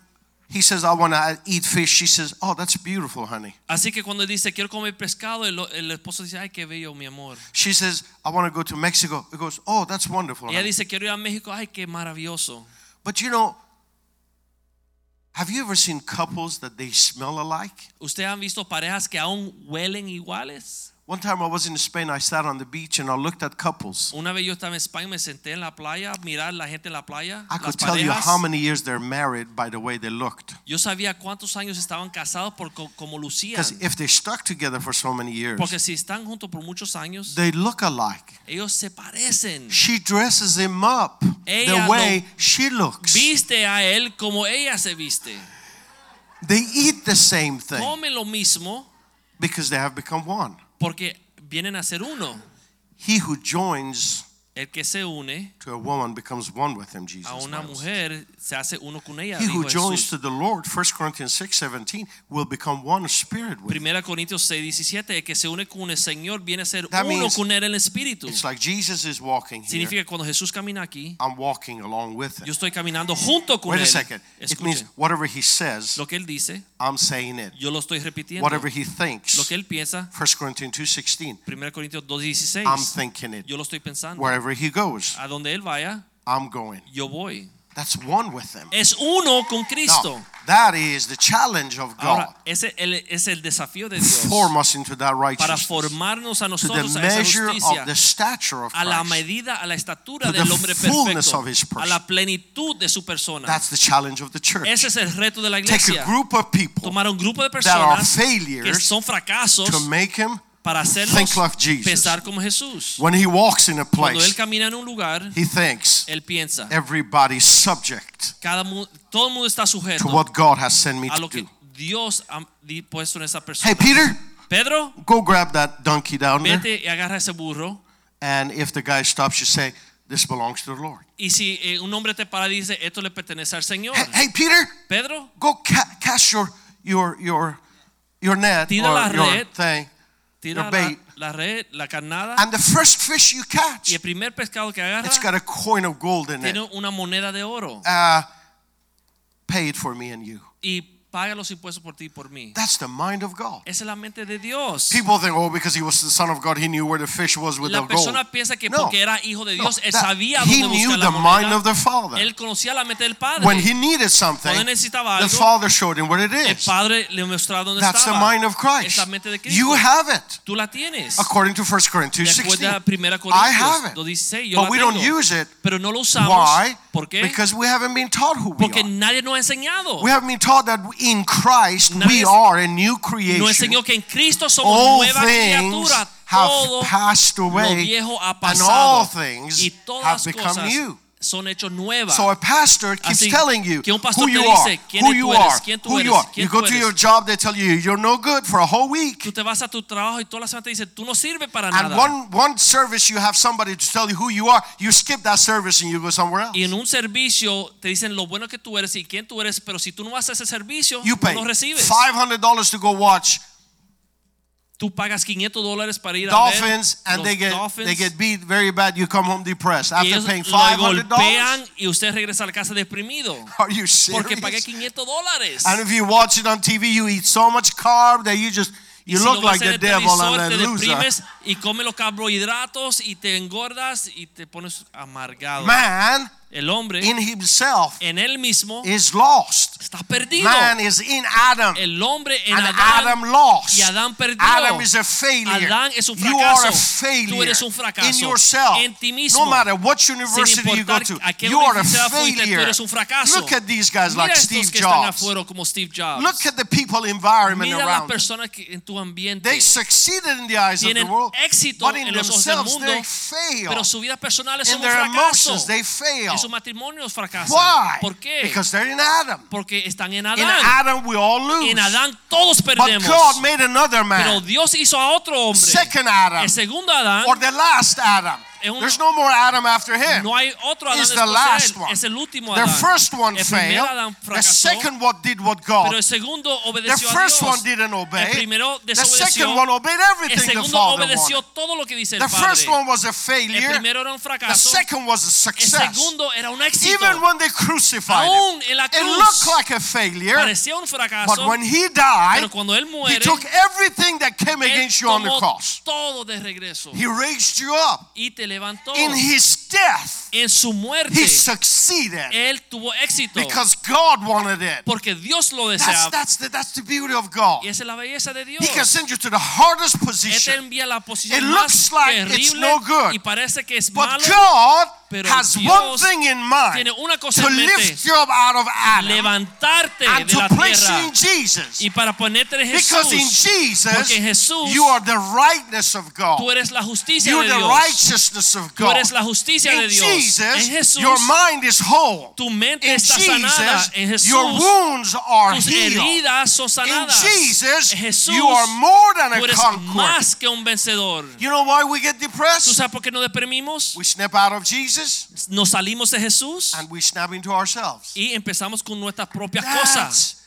he says, I want to eat fish, she says, Oh, that's beautiful, honey. Así que cuando dice quiero comer pescado, el, el esposo dice, ay, qué bello, mi amor. She says, I want to go to Mexico. He goes, Oh, that's wonderful. Ella honey." dice, quiero ir a México, ay, qué maravilloso. But you know, Have you ever seen couples that they smell alike? ¿Ustedes han visto parejas que aún huelen iguales? One time I was in Spain, I sat on the beach and I looked at couples. Una vez yo estaba en España, me senté en la playa, a mirar la gente en la playa, I las could tell you parejas. how many years they're married by the way they looked. Yo sabía cuántos años estaban casados por co- como lucían. Because if they stuck together for so many years, Porque si están juntos por muchos años, they look alike. ellos se parecen. She dresses him up the Ella way lo- she looks. Viste a él como ella se viste. They eat the same thing Come lo mismo because they have become one. porque vienen a ser uno. He who joins El que se une to a woman becomes one with him, Jesus. a una Miles. mujer se hace uno con ella. He dijo who Jesús. joins to the Lord, 1 Corinthians 6 17, will become one spirit with him. Primera Corintios 6, 17, el que se une con el Señor viene a ser That uno means- con él en el Espíritu. It's like Jesus is walking here. Significa que cuando Jesús camina aquí, I'm walking along with yo him. estoy caminando junto con Wait a él. second. It means Escuchen, whatever he says, lo que él dice, I'm saying it. yo lo estoy repitiendo. Whatever he Lo thinks, que él piensa, 1 Corinthians 2 16, 1 Corintios I'm 2.16, thinking it. yo lo estoy pensando. Wherever he goes, A donde él vaya, I'm going. yo voy. That's one with him. Es uno con Cristo. Now, that is the challenge of God. Ahora, ese el- es el desafío de Dios Form us into that para righteousness. formarnos a to the nosotros a esa measure justicia, of the stature of a la Christ. medida, a la estatura to the del hombre fullness of his perfecto, person. a la plenitud de su persona. That's the challenge of the church. Ese es el reto de la Take a iglesia. group of people Tomar un grupo de that are personas que failures son fracasos to make him para hacerlos think like Jesus. pensar como Jesús. when he walks in a Cuando él place, camina en un lugar, he thinks él piensa, everybody's subject cada mu- todo el mundo está to sujeto what God has sent me a to lo que do. Dios ha di- puesto en esa persona. Hey, Peter, Pedro, go grab that donkey down there. vete y agarra ese burro. And if the guy stops, you say, This belongs to the Lord. Y si eh, un hombre te para y dice, esto le pertenece al Señor. Hey, hey, Peter, Pedro, go ca- cast your, your, your, your net Tira or la your red. thing. tira Your la, bait. la red, la carnada. And the first fish you catch, Y el primer pescado que It's agarra got a coin of gold in tiene it. una moneda de oro. Uh, pay it for me and you. Y paga los impuestos por ti y por mí. That's the mind of God. Esa es la mente de Dios. People think, oh, because he was the son of God, he knew where the fish was with La the gold. persona piensa que No. porque era hijo de No, Dios, él that- sabía he dónde knew buscar the la mind of moneda. the Father. Él conocía la mente del Padre. When he needed something, Cuando él necesitaba the algo, Father showed him what it el is. Padre le mostraba dónde That's the estaba. mind of Es Christ. la mente de Cristo. You have it, Tú la tienes. according to 1 Corinthians De acuerdo 16. a 1 I have Corintios it. 2.16, yo But la we don't tengo. use it. Pero no lo usamos. Why? ¿Por qué? Because we haven't been taught who we Porque are. nadie nos ha enseñado. We haven't been taught that in Christ we Nadie- are a new Nos creation. enseñó que en Cristo somos all nueva things criatura. Todo have passed lo away viejo ha and all pasado. things Y have todas las become cosas new. son hechos nuevas. So a pastor keeps Así telling you que un who pastor you te are, dice, ¿quién who tú you eres? are, ¿Quién tú who you eres? are. ¿Quién You go tú to eres? your job, they tell you you're no good for a whole Tú week. te vas a tu trabajo y toda la semana te dicen, tú no sirves para And nada. one one service you have somebody to tell you who you are. You skip that service and you go somewhere else. y en un servicio te dicen lo bueno que tú eres y quién tú eres, pero si tú no haces ese servicio, You no pay lo recibes. five hundred dollars to go watch Tú pagas 500 dólares para ir dolphins, a ver and los they get Dolphins, they get beat very bad. You come home depressed y after ellos paying lo five hundred dollars. golpean y usted regresa a la casa deprimido Are you porque pagué serious? 500 dólares. And if you watch it on TV, you eat so much carb that you just you Y si look lo like ves en the el devil televisor, and a te loser. deprimes y come los carbohidratos y te engordas y te pones amargado. Man el hombre in himself en él mismo is lost. está perdido. Man is in Adam, and el hombre en Adán, Adam lost. y Adán perdido. Adam is a failure. Adán es un You are a fracaso. failure Tú eres un in fracaso. yourself. En ti No mismo. matter what university sin you go importar to, a qué you are a universidad fuiste, tú failure. eres un fracaso. Look at these guys Mira like estos Steve que están Jobs. afuera como Steve Jobs. Look at the people environment Mira las around them. personas que en tu ambiente, They succeeded in the eyes of the Tienen world, éxito but in en los ojos del themselves mundo, they fail. pero sus vidas personales In son un their fracaso. emotions they fail. En su matrimonio fracasan. Why? ¿Por qué? Because they're in Adam. Porque están en In Adán. Adam we all lose. En Adán todos but perdemos. God made Pero another man, Dios hizo a otro hombre. second Adam, El segundo Adán, or the last Adam. Es uno- There's no more Adam after him. no hay otro Adán It's the después de last él. one. Es el último the Adán. first one el primer failed. Adán The fracasó. second one did what God. pero el segundo The obedeció first a one Dios. didn't obey. El primero The second desobedeció. one obeyed El everything the segundo Father obedeció wanted. todo lo que dice el The Padre. first one was a el failure. primero era un The fracaso. second was a el success. segundo era un éxito. Even when they crucified him, Aún en la it cruz looked like a failure. parecía un But fracaso, when he died, pero cuando él he muere, took everything that came él against you on the tomó cross. todo de regreso He raised you up. y te te levantó. In his death, en su muerte, he succeeded él tuvo éxito. because God wanted it. Porque Dios lo That's, deseaba. that's, the, that's the beauty of God. y esa es la belleza de Dios. He can send you to the hardest Él te position, envía la posición It más looks like it's terrible no good. y parece que es but malo. God pero has Dios one thing in mind tiene una cosa to en mente. lift you up out of Adam Levantarte and de to la place you tierra in Jesus. y para ponerte en Because in Jesús. Porque en Jesus, Jesús you are the rightness of Tú God. eres la justicia You're de the Dios. righteousness of Tú God. eres la justicia de In Dios. en Jesus, Jesús, your mind is whole. tu mente In está sanada. En Jesus, Jesús, your wounds are tus healed. heridas son In sanadas. Jesus, en Jesús, you are more than tú a eres conqueror. más que un vencedor. You know why we get ¿Tú depressed? sabes por qué nos deprimimos? We snap out of Jesus Nos salimos de Jesús and we snap into ourselves. y empezamos con nuestras propias cosas.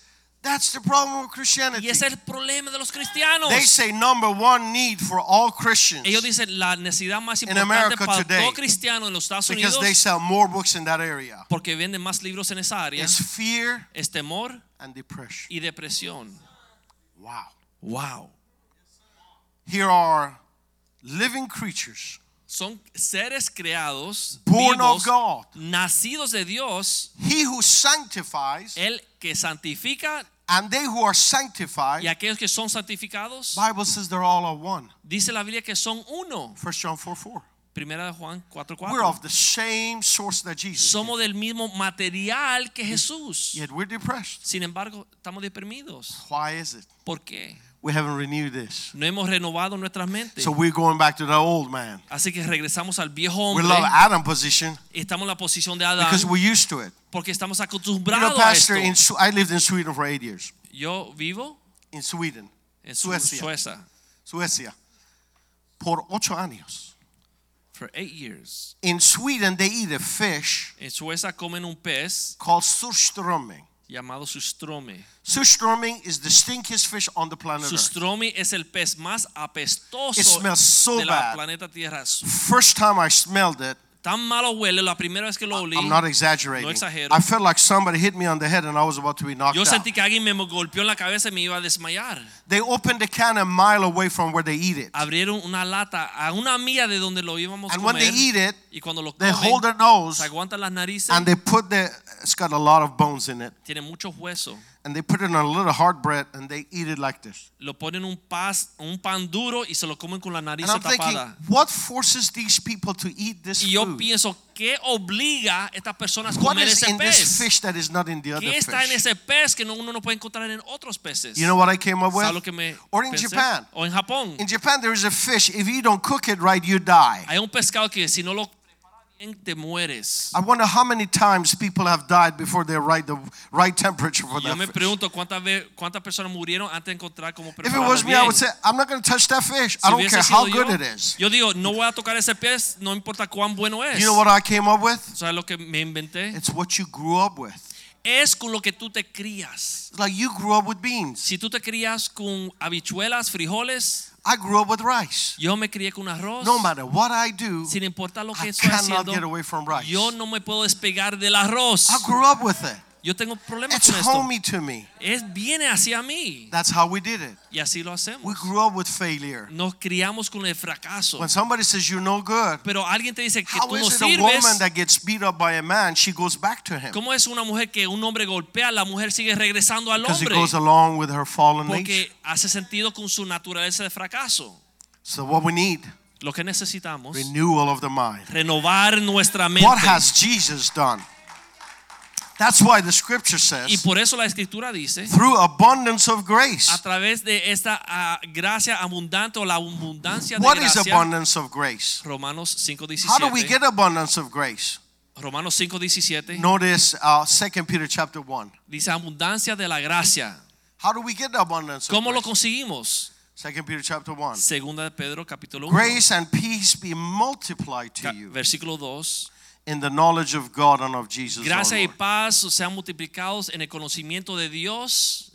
That's, that's the problem with Christianity. Y ese es el problema de los cristianos. They say number one need for all Ellos Christians dicen la necesidad más In importante America para today, todo cristiano en los Estados Unidos because they sell more books in that area. porque venden más libros en esa área It's fear es temor and depression. y depresión. Wow. Wow. Here are living creatures Son seres creados, born vivos, of God. nacidos de Dios, He who sanctifies el que santifica and they who are sanctified, y aquellos que son santificados, Bible says they're all of one. dice la Biblia que son uno. 1 John 4 4. Primera de Juan 4:4. We're of the same source that Jesus. is. Somos del mismo material que Jesús. Yet we're depressed. Sin embargo, estamos deprimidos. Why is it? ¿Por qué? We haven't renewed this. No hemos renovado nuestras mentes. So we're going back to the old man. Así que regresamos al viejo We hombre. love Adam position Estamos en la posición de Adán because we're used to it. porque estamos You know, acostumbrados a esto. Pastor, in, Sw- I lived in Sweden for eight years. Yo vivo In Sweden. en Su- Suecia. Suecia Suecia. Por ocho años. for eight years. In Sweden, they eat a fish En Suecia comen un pez called surströmming. llamado sustrome. Surströmming is the stinkiest fish on the planet Earth. Sustrome es el pez más apestoso It smells so de la bad. planeta Tierra. First time I smelled it, Tan malo huele la primera vez que lo olí. I'm not exaggerating. No exagero. I felt like somebody hit me on the head and I was about to be knocked Yo out. sentí que alguien me golpeó en la cabeza y me iba a desmayar. They opened the can a mile away from where they eat it. Abrieron una lata a una milla de donde lo íbamos a And when they comer eat it, y cuando lo they comen hold their nose se aguantan las narices. and they put the, it's got a lot of bones in it, tiene muchos huesos. and they put it on a little hard bread and they eat it like this. Lo ponen un pas, un pan duro y se lo comen con la nariz And I'm thinking, tapada. what forces these people to eat this Y yo food? pienso qué obliga a estas personas a What comer is ese in this pez. fish that is not in the other ¿Qué está en fish? ese pez que no- uno no puede encontrar en otros peces? You know what I came up ¿Sabes lo with? que me Or in pensé? Japan. O en Japón. In Japan, there is a fish. If you don't cook it right, you die. Hay un pescado que si no lo preparas bien te mueres. I wonder how many times people have died before they right the right temperature for Yo that me fish. pregunto cuántas ve- cuántas personas murieron antes de encontrar cómo If it prepararlo was me, bien. I would say, I'm not going to touch that fish. Si I don't hubiese care sido how yo, good it is. Yo digo, no voy a tocar ese pez, no importa cuán bueno es. You know what I came up with? ¿Sabes lo que me inventé? It's what you grew up with. es con lo que tú te crías. It's like you grew up with beans. Si tú te crías con habichuelas, frijoles, I grew up with rice. yo me crié con arroz. No matter what I do, Sin importar lo que I estoy cannot haciendo, get away from rice. yo no me puedo despegar del arroz. I grew up with it. Yo tengo problemas It's con esto. homey to me. Es viene hacia mí That's how we did it. y así lo We hacemos. grew up with failure. Nos criamos con el fracaso. When somebody says you're no good, Pero alguien te dice que how tú no is it a woman sirves. that gets beat up by a man, she goes back to him? ¿Cómo es una mujer que un hombre golpea, la mujer sigue regresando al Because it hombre? goes along with her fallen nature. Porque hace sentido con su naturaleza de fracaso. So what we need, Lo que necesitamos renewal of the mind. renovar nuestra mente. What has Jesus done? That's why the scripture Y says, por eso la escritura dice, through abundance of a grace. través de esta ah, gracia abundante o la abundancia de What is gracia, abundance of grace? Romanos How do we 5:17. get abundance of grace? Romanos 5:17 Notice uh, 2 Peter chapter 1. dice abundancia de la gracia. How do we get the abundance of ¿Cómo lo grace? conseguimos? 2 Peter chapter 1. Segunda de Pedro capítulo 1, Grace and peace be multiplied to you versículo 2. in the knowledge of God and of Jesus our Gracia y Lord. paz sean multiplicados en el conocimiento de Dios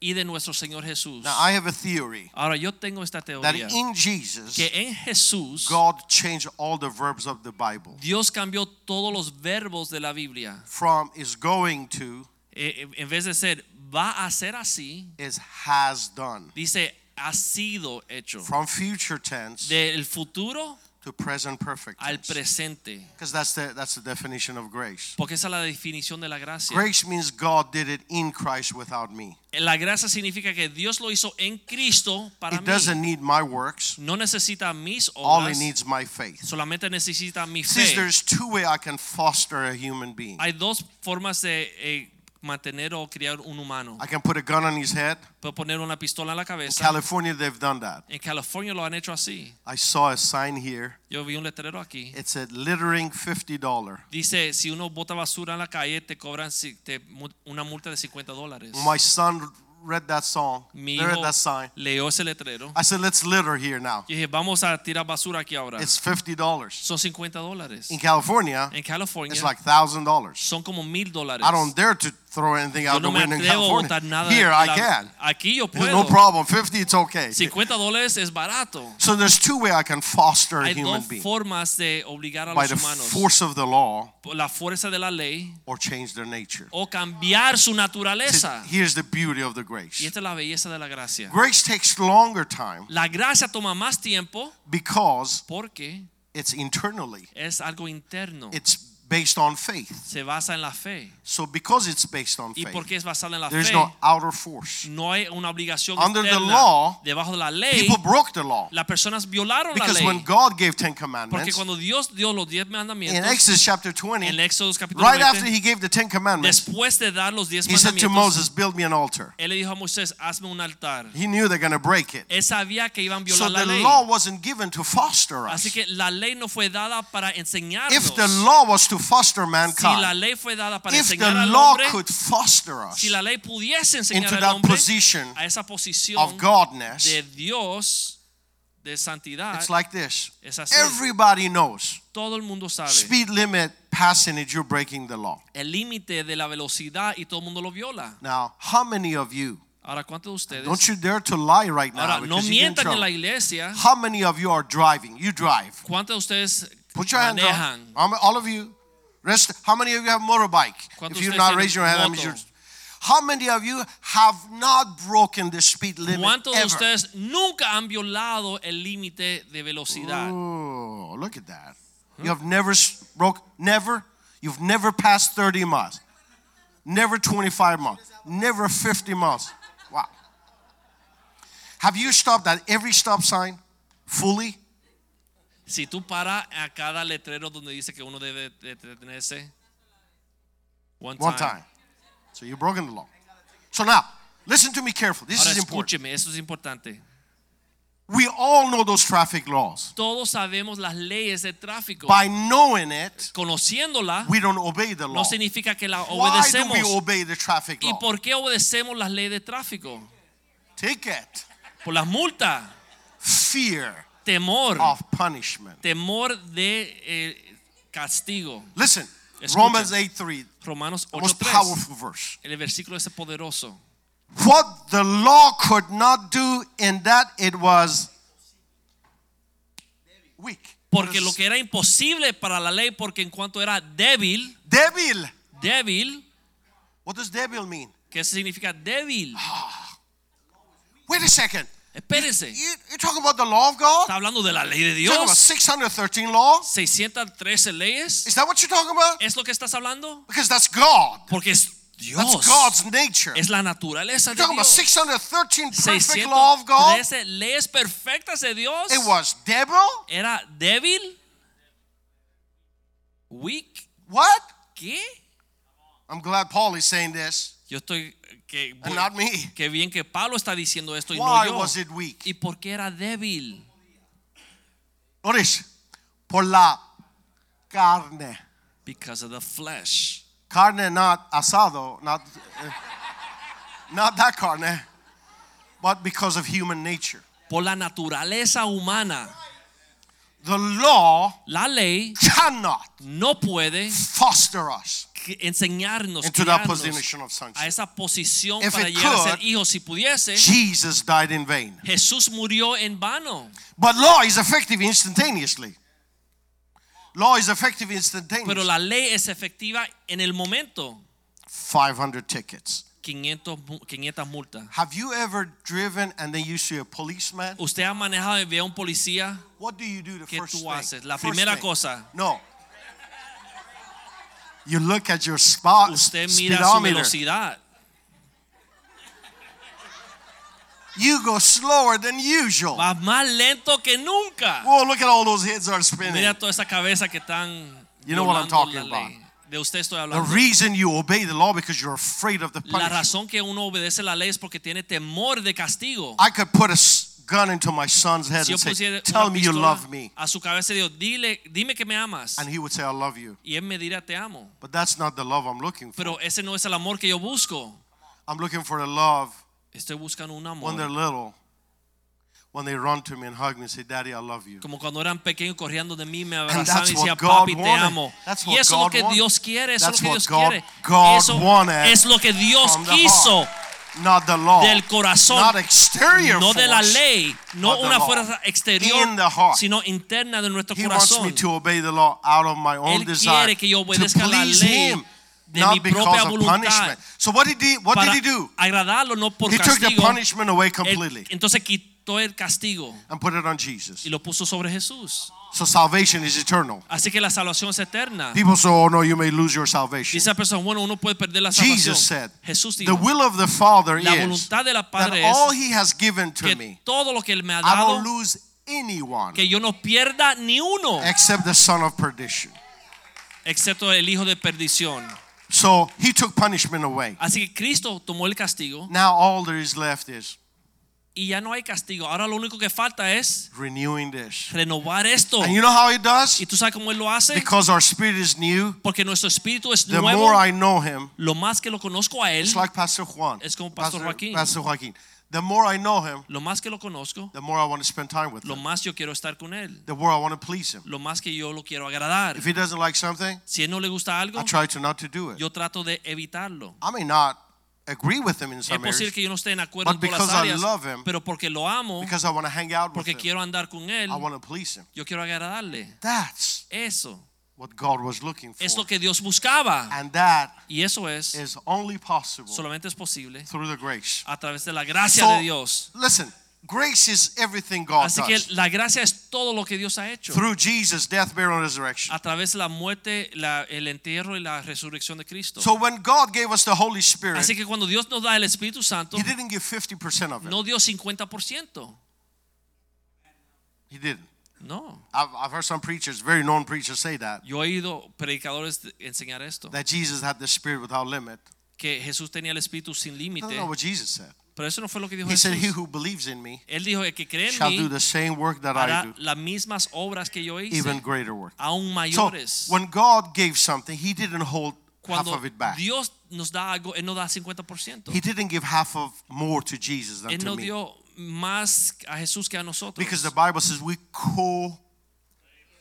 y de nuestro Señor Jesús. Now I have a theory Ahora yo tengo esta that teoría in Jesus que en Jesús God changed all the verbs of the Bible Dios cambió todos los verbos de la Biblia. from is going to Eh, eh, en vez de ser va a ser así, is has done. dice ha sido hecho. From future tense Del futuro to present perfect. al presente. Because that's the that's the definition of grace. Porque esa es la definición de la gracia. Grace means God did it in Christ without me. La gracia significa que Dios lo hizo en Cristo para It mí. doesn't need my works. No necesita mis All it obras, needs my faith. solamente necesita mi See, fe. there's two way I can foster a human being. Hay dos formas de eh, mantener o criar un humano. I can put a gun on his head. Puedo poner una pistola en la In cabeza. California, they've done that. En California lo han hecho así. I saw a sign here. Yo vi un letrero aquí. It said littering fifty dollar. Dice, si uno bota basura en la calle, te cobran si- te mu- una multa de 50 dólares. My son read that song. Mi read hijo that sign. leyó ese letrero. I said, let's litter here now. Y dije, vamos a tirar basura aquí ahora. It's fifty dollars. Son 50 dólares. In California, En California it's like thousand dollars. son como mil dólares. I don't dare to throw anything Yo out no me the window in atrevo a botar California. nada. Here de- I la- can. Aquí yo There's puedo. no problem. Fifty, it's okay. 50 dólares es barato. So there's two way I can foster a Hay human dos being formas de obligar a by los the humanos. force of the law Por la fuerza de la ley or change their nature. o cambiar su See, naturaleza. Here's the beauty of the Y grace. esta es la belleza de la gracia. Grace takes longer time La gracia toma más tiempo because porque it's internally. es algo interno. It's based on faith. Se basa en la fe. So because it's based on Y faith, porque es basada en la there's fe, no outer force. no hay una obligación Under the externa. law, Debajo de la ley, People broke the law las personas violaron la because ley. when God gave Ten Porque Commandments cuando Dios dio los diez in mandamientos, Exodus chapter en 20, Éxodo capítulo right 20, after He gave the Ten Commandments, después de dar los diez He said to mandamientos, Moses, "Build me an altar." él le dijo a Moisés, hazme un altar. He knew they're going to break it, Él sabía que iban a so violar la the ley. law wasn't given to foster us. Así que la ley no fue dada para enseñarnos. If the law was to foster si la mankind, ley fue dada para if enseñar the al law hombre, could foster us si la ley pudiese enseñar into al that hombre position a esa of posición godness, de Dios, de santidad, it's like this. es así. Everybody knows todo el mundo sabe speed limit passage. You're breaking the law. el límite de la velocidad y todo el mundo lo viola. Now, how many of you? Ahora, ¿cuántos de ustedes? Don't you dare to lie right now. Ahora, no because you get in mientan en la trouble. iglesia. How many of you are driving? You drive. ¿Cuántos de ustedes Put your hands up. manejan? Um, All of you. Rest. How many of you have motorbike? ¿Cuántos If you're ustedes not tienen raising your hand, that means moto? you're. How many of you have not broken the speed limit ¿Cuántos de ever? ustedes nunca han violado el límite de velocidad? Oh, look at that. You have never s- broke, never, you've never passed 30 miles, never 25 miles, never 50 miles. Wow. Have you stopped at every stop sign fully? Si tú paras a cada letrero donde dice que uno debe detenerse. One One time. So you've broken the law. So now, listen to me carefully. This Ahora is important. escúcheme, eso es importante. We all know those traffic laws. Todos sabemos las leyes de tráfico. By knowing it, Conociéndola we don't obey the no law. significa que la Why do we obedecemos. obey the traffic ¿Y law? por qué obedecemos las leyes de tráfico? Ticket, Por las multas, fear temor, of punishment. temor de eh, castigo. Listen, Escucha. Romans 8 3, Romanos the most 8:3. powerful verse. El versículo ese poderoso. What the law could not do in that it was weak. Porque lo que era imposible para la ley, porque en cuanto era débil, Devil. débil, What does devil mean? ¿qué significa débil? Wait a second. Espérese, You, you're talking about the law of God? está hablando de la ley de You're talking about Dios. 613 law? 613 leyes, Is that what you're talking about? ¿es lo que estás hablando? Because that's God. Porque es Dios, That's God's nature. es la naturaleza You're de talking about Dios. 613 perfect law of God? 613 leyes perfectas de Dios. It was devil? Era débil, weak, What? ¿qué? I'm glad Paul is saying this Yo estoy, que, and not me. que bien que Pablo está diciendo esto y no Why yo. was it weak? ¿Y por qué era débil? Notice, por la carne. Because of the flesh. Carne, not asado, not, eh, not that carne, but because of human nature. Por la naturaleza humana. The law La ley cannot no puede foster us que- enseñarnos into that criarnos position of a sonship. esa posición If para it llegar a could, ser hijos. Si pudiese, Jesus died in vain. Jesús murió en vano. But law is effective instantaneously. Law is effective Pero instantaneously. la ley es efectiva en el momento. 500 tickets. 500, mu- 500 multas. Have you ever driven and then you see a policeman? Usted ha manejado y ve a un policía. What do you do the ¿Qué first tú thing? haces? La First primera thing. cosa. No. You look at your spot, Usted mira su speedometer. velocidad. You go slower than usual. Va más lento que nunca. Whoa, look at all those heads are spinning. Mira toda esa cabeza que están. You know what I'm violando la talking ley. De usted estoy The hablando. reason you obey the law because you're afraid of the La punishment. razón que uno obedece la ley es porque tiene temor de castigo. I could put a s- gun into my son's head Si yo and say, pusiera "Tell una me you pistola love me," a su cabeza y digo, dile, dime que me amas. and he would say, "I love you." Y él me dirá, te amo. But that's not the love I'm looking for. Pero ese no es el amor que yo busco. I'm looking for the love Estoy buscando un when they're amor. little, when they run to me and hug me and say, "Daddy, I love you." Como cuando eran pequeños corriendo de mí, me that's abrazaban y decían, what God papi, te wanted. amo. That's Y what eso es lo God que wanted. Dios quiere, eso es That's lo que what Dios God- quiere. God Eso wanted es lo que Dios from the quiso Not the law. del corazón. Not exterior No de la force. ley, no but the una law. fuerza exterior, In the heart. sino interna de nuestro He wants me corazón. to obey the law out of my own Él quiere desire que yo to obedezca la please ley him, de mi not propia because of voluntad. punishment. So what did he? What para did he do? agradarlo, no por He took the castigo. punishment away Él- completely entonces quitó el castigo and put it on Jesus. y lo puso sobre Jesús. So salvation is eternal. Así que la salvación es eterna. People say, "Oh no, you may lose your salvation." Dice la persona, bueno, uno puede perder la salvación. Jesus said, Jesús "The dijo, will of the Father la is voluntad de la that Padre all es He has given to que me, todo lo que Él me ha I dado, don't lose anyone que yo no pierda ni uno, except the son of perdition." excepto el hijo de perdición. So He took punishment away. Así que Cristo tomó el castigo Now all there is left is y ya no hay castigo. Ahora lo único que falta es renewing this. renovar esto. And you know how He does? ¿Y tú sabes cómo Él lo hace? Because our spirit is new, Porque nuestro espíritu es the nuevo. more I know him, lo más que lo conozco a Él, it's like Pastor Juan. Es como Pastor Joaquín. Pastor Joaquín. The more I know him, lo más que lo conozco, the more I want to spend time with lo him. más yo quiero estar con Él, The more I want to please him. lo más que yo lo quiero agradar. If he doesn't like something, Si Él no le gusta algo, I try to not to do it. yo trato de evitarlo. I may not agree with him in Es some posible areas que yo no esté en acuerdo en But todas las because I áreas, love him, pero porque lo amo, because I want to hang out with porque him. quiero andar con Él, I want to please him. yo quiero agradarle. That's Eso what God was looking for. es lo que Dios buscaba. And that Y eso es, is only possible solamente es posible through the grace. a través de la gracia So, de Dios. listen, grace is everything God Así que does. la gracia es todo lo que Dios ha hecho. Through Jesus' death, burial, and resurrection. A través de la muerte, la- el entierro y la resurrección de Cristo. So when God gave us the Holy Spirit, Así que cuando Dios nos da el Espíritu Santo, He didn't give 50% of it. no dio 50%. He didn't. No. I've, I've heard some preachers, very known preachers, say that, Yo he oído predicadores de- enseñar esto, that Jesus had the Spirit without limit. que Jesús tenía el Espíritu sin That's límite, not what Jesus said. pero eso no fue lo que dijo He said, He Jesús. who believes in me Él dijo, el que cree shall do en mí the same work that I hará do, las mismas obras que yo even hice, greater work. aún So mayores. when God gave something, He didn't hold half Cuando of it back. Dios nos da algo, Él no da 50%. He didn't give half of more to Jesus than Él to no me. dio más a Jesús que a nosotros. Because the Bible says we co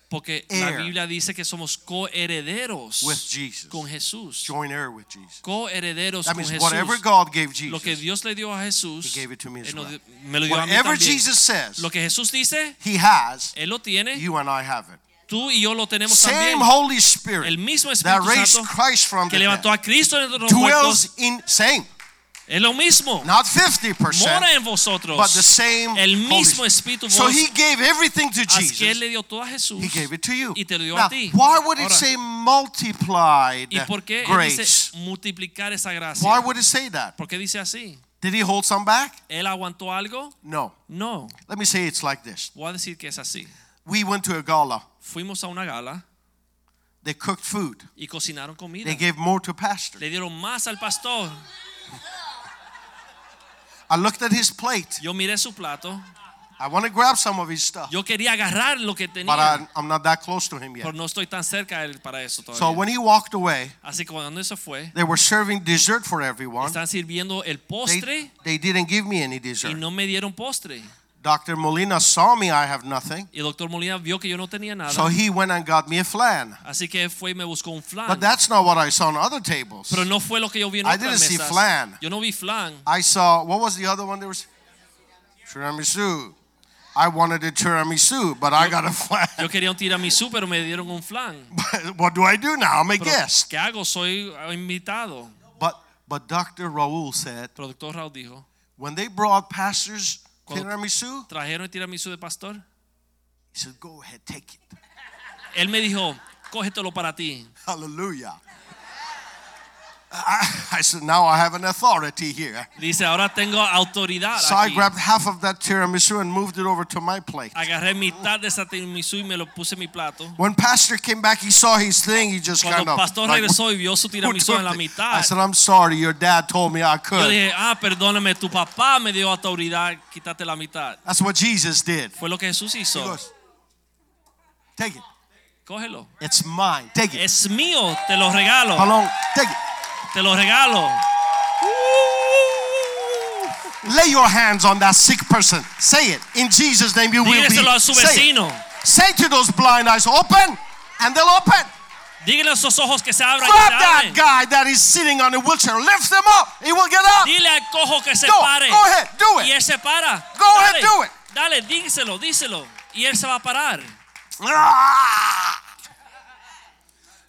Porque la heir Biblia dice que somos coherederos with Jesus, con Jesús. joint heir with Jesus. Coherederos That con means Jesús. whatever God gave Lo que Jesus, Dios le dio a Jesús, He gave it to me as Él nos well. dio- me lo dio a mí whatever también. Jesus says, Lo que Jesús dice, He has, Él lo tiene, you and I have it. tú y yo lo tenemos Same también. Holy Spirit El mismo that Espíritu raised Santo Christ from que the levantó dead a Cristo de los muertos dwells in same, es lo mismo. not 50%, Mora en vosotros. but the same El Holy mismo Spirit. Espíritu So vos- he gave everything to Así que Él Jesus. le dio todo a Jesús. He gave it to you. y te lo dio Now, a ti. why would it Ahora, say multiplied ¿Y por qué Él dice grace? multiplicar esa gracia? Why would it say that? ¿Por qué dice así? Did he hold some back? ¿Él aguantó algo? No. No. Let me say it's like this. Voy a decir que es así. We went to a gala. Fuimos a una gala They cooked food. y cocinaron comida. They gave more to pastor. Le dieron más al pastor. I looked at his plate. Yo miré su plato. I want to grab some of his stuff, Yo quería agarrar lo que but I, tenía, I'm not that close to him pero yet. no estoy tan cerca de él para eso So todavía. when he walked away, Así que cuando eso fue, They were serving dessert for everyone. están sirviendo el They, postre they didn't give me any y dessert. no me dieron postre. Dr. Molina saw me, I have nothing. Y el doctor Molina vio que yo no tenía So nada, he went and got me a flan. así que fue y me buscó un flan. But that's not what I saw on other tables. Pero no fue lo que yo vi en I otras didn't see mesas. flan. Yo no vi flan. I saw, what was the other one there was? Tiramisu. I wanted a tiramisu, but I got a flan. Yo quería un tiramisú, pero me dieron un flan. But what do I do now? I'm a Pero, guest. ¿Qué hago? Soy invitado. But, But Dr. Raul El said, productor Raúl dijo, when they brought pastors Cuando- tiramisu, ¿trajeron el tiramisú de pastor? he said, go ahead, take it. Él me dijo, cógetelo para ti. Hallelujah. I, I said, now I have an authority here. Dice, ahora tengo autoridad So I aquí. grabbed half of that tiramisu and moved it over to my plate. Agarré mitad de esa tiramisú y me lo puse en mi plato. When pastor came back, he saw his thing. He just Cuando kind el of pastor like, regresó y vio su "Who tiramisú took en la it?" mitad, I said, I'm sorry, your dad told me I yo could. dije, ah, perdóname, tu papá me dio autoridad, quítate la mitad. That's what Jesus did. Fue lo que Jesús He hizo. goes, take it. Cógelo. It's mine. Take it. Es mío, te lo regalo, How long? Take it. te lo regalo. Lay your hands on that sick person. Say it. In Jesus' name, you will be. Dígaselo a su Say, it. vecino. Say to those blind eyes, open, and they'll open. Dígale a esos ojos que se abran y Grab se that abren. guy that is sitting on a wheelchair. Lift him up. He will get up. Dile al cojo que se Go, pare. go ahead, do it. Y él se para. Go ahead, do it. Dale, díselo, díselo. Y él se va a parar. Ah!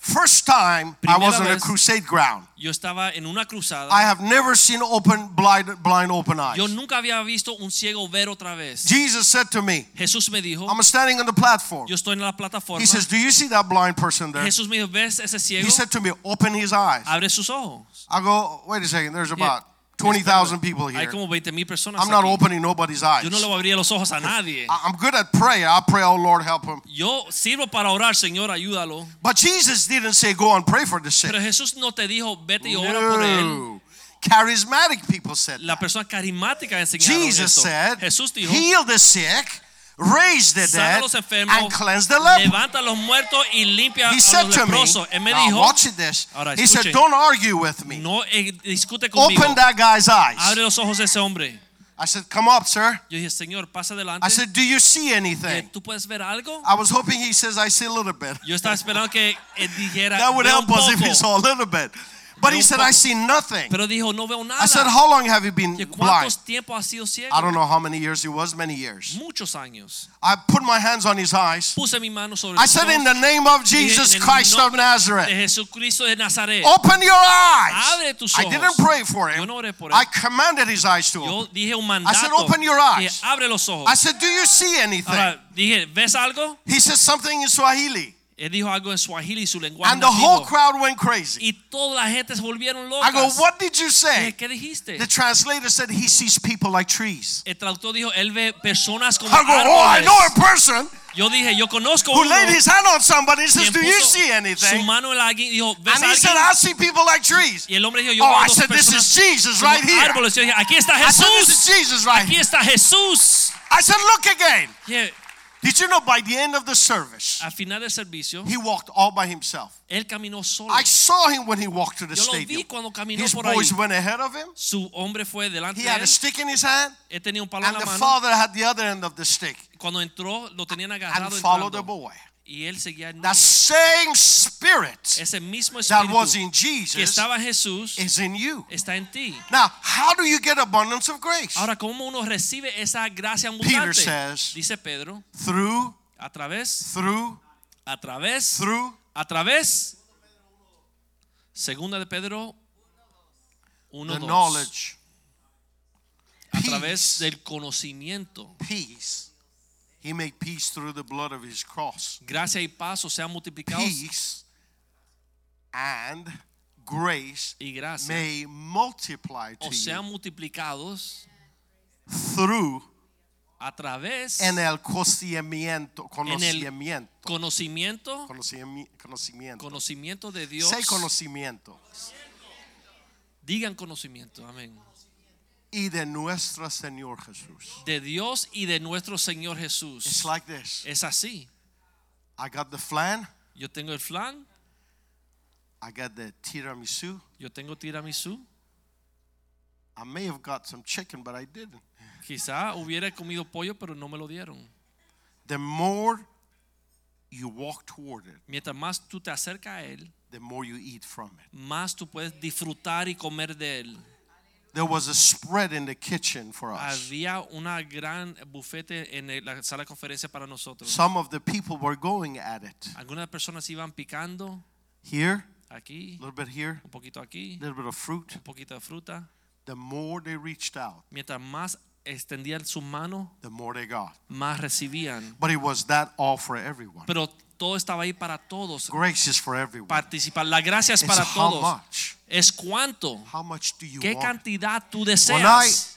First time I was Primera on a vez. crusade ground. Yo estaba en una cruzada. I have never seen open blind blind open eyes. Yo nunca había visto un ciego ver otra vez. Jesus said to me, Jesús me dijo, I'm standing on the platform. yo estoy en la plataforma. He says, Do you see that blind person there? Jesús me dijo, ¿ves ese ciego? He said to me, Open his eyes. Abre sus ojos. I go, Wait a second, there's Yeah. about 20,000 people Hay here. como 20 mil personas. I'm not Ah. aquí. opening nobody's eyes. Yo no le voy a abrir los ojos a nadie. I- I'm good at prayer. I pray, Oh Lord, help him. Yo sirvo para orar, Señor, ayúdalo. But Jesus didn't say, Go and pray for the sick. Pero Jesús no te dijo, vete y ora por él. No. Charismatic people said La persona carismática enseñaron Jesus esto. said, Jesús dijo, heal the sick, raise the sana a dead, los and enfermos, cleanse the leper. levanta a los muertos y limpia He a said los to me, leprosos. Él me now dijo, watch this. Ahora, He said, escuchen. don't argue with me. no eh, discute conmigo. Open that guy's Abre eyes. los ojos de ese hombre. I said, come up, sir. Yo dije, Señor, pasa adelante. I said, do you see Eh, anything? ¿Tú puedes ver algo? I was hoping he says, I see a little bit. Yo estaba esperando que él dijera, That would "Veo un help us if he poco". saw a little bit. But Veo he un said, I poco. see nothing. Pero dijo, no veo nada. I said, how long have you been ¿Que blind? ¿Cuántos tiempo has sido ciego? I don't know how many years it was, many years. Muchos años. I put my hands on his eyes. Puse mi mano sobre I sus said, ojos. in the name of Jesus en el Christ of nombre Nazareth. de Jesucristo de Nazaret. Open your eyes. Abre tus I ojos. didn't pray for him. Yo no oré por él. I commanded his eyes to Yo open. dije un mandato. I said, "Open your eyes." Dije, abre los ojos. I said, Do you see anything? Ahora dije, ¿ves algo? He said something in Swahili. Él dijo algo en Swahili, su lenguaje And the whole nativo. crowd went crazy. y toda la gente se volvieron locas. I go, What did you say? Dije, ¿Qué dijiste? The translator said, He sees people like trees. El traductor dijo, él ve personas como I go, Oh, I árboles. know a person Yo dije, yo conozco who uno laid his hand on somebody and says, quien Do you puso see Su anything? mano en la alguien y dijo, ¿ves And he alguien? said, I see people like trees. y el hombre dijo, yo Oh, veo I dos said, This personas is Jesus como right here. árboles. Yo dije, aquí está I said, Jesús. This is Jesus right Aquí here. está Jesús. I said, Look again. Yeah. Did you know by the end of the service, Al final del servicio, he walked all by himself? él caminó solo. I saw him when he walked to the Oh. Yo lo vi stadium. cuando caminó His por ahí. boys went ahead of him. Su hombre fue delante He de had a él. stick in his hand, Él tenía un palo en and la the mano. father had the other end of the stick Cuando entró, lo tenían and agarrado followed the entrando. boy. y él seguía en That same spirit ese mismo that was espíritu in que Jesus estaba en Jesús is in you. está en ti. Now, how do you get abundance of grace? Ahora, ¿cómo uno recibe esa gracia Peter abundante? says, Dice Pedro, through, a través, through, a través, through a través. Segunda de Pedro the 1, 2. knowledge, A peace. través del conocimiento. peace. He made peace through the blood of his cross. Gracia y paso sean multiplicados Peace and grace y gracia. may multiply to O sean you multiplicados through a través en el conocimiento, en el conocimiento, conocimiento, conocimi- conocimiento. conocimiento de Dios. Say conocimiento. Digan conocimiento, amén. Y de nuestro Señor Jesús. De Dios y de nuestro Señor Jesús. It's like this. Es así. I got the flan, Yo tengo el flan, I got the tiramisu. yo tengo tiramisú. I may have got some chicken, but I didn't. Quizá hubiera comido pollo, pero no me lo dieron. The more you walk toward it, Mientras más tú te acercas a Él, the more you eat from it. más tú puedes disfrutar y comer de Él. There was a spread in the kitchen for us. Había una gran bufete en el- la sala de conferencia para nosotros. Some of the people were going at it. Algunas personas iban picando Here, aquí, a little bit here, un poquito aquí, a little bit of fruit. un poquito de fruta. The more they reached out, Mientras más extendían su mano, the more they got. más recibían. But it was that all for everyone. Pero todo estaba ahí para todos. Grace is for everyone. Participar. La gracia es It's para how todos. much? Es cuánto. How much do you ¿Qué want? cantidad tú When I deseas?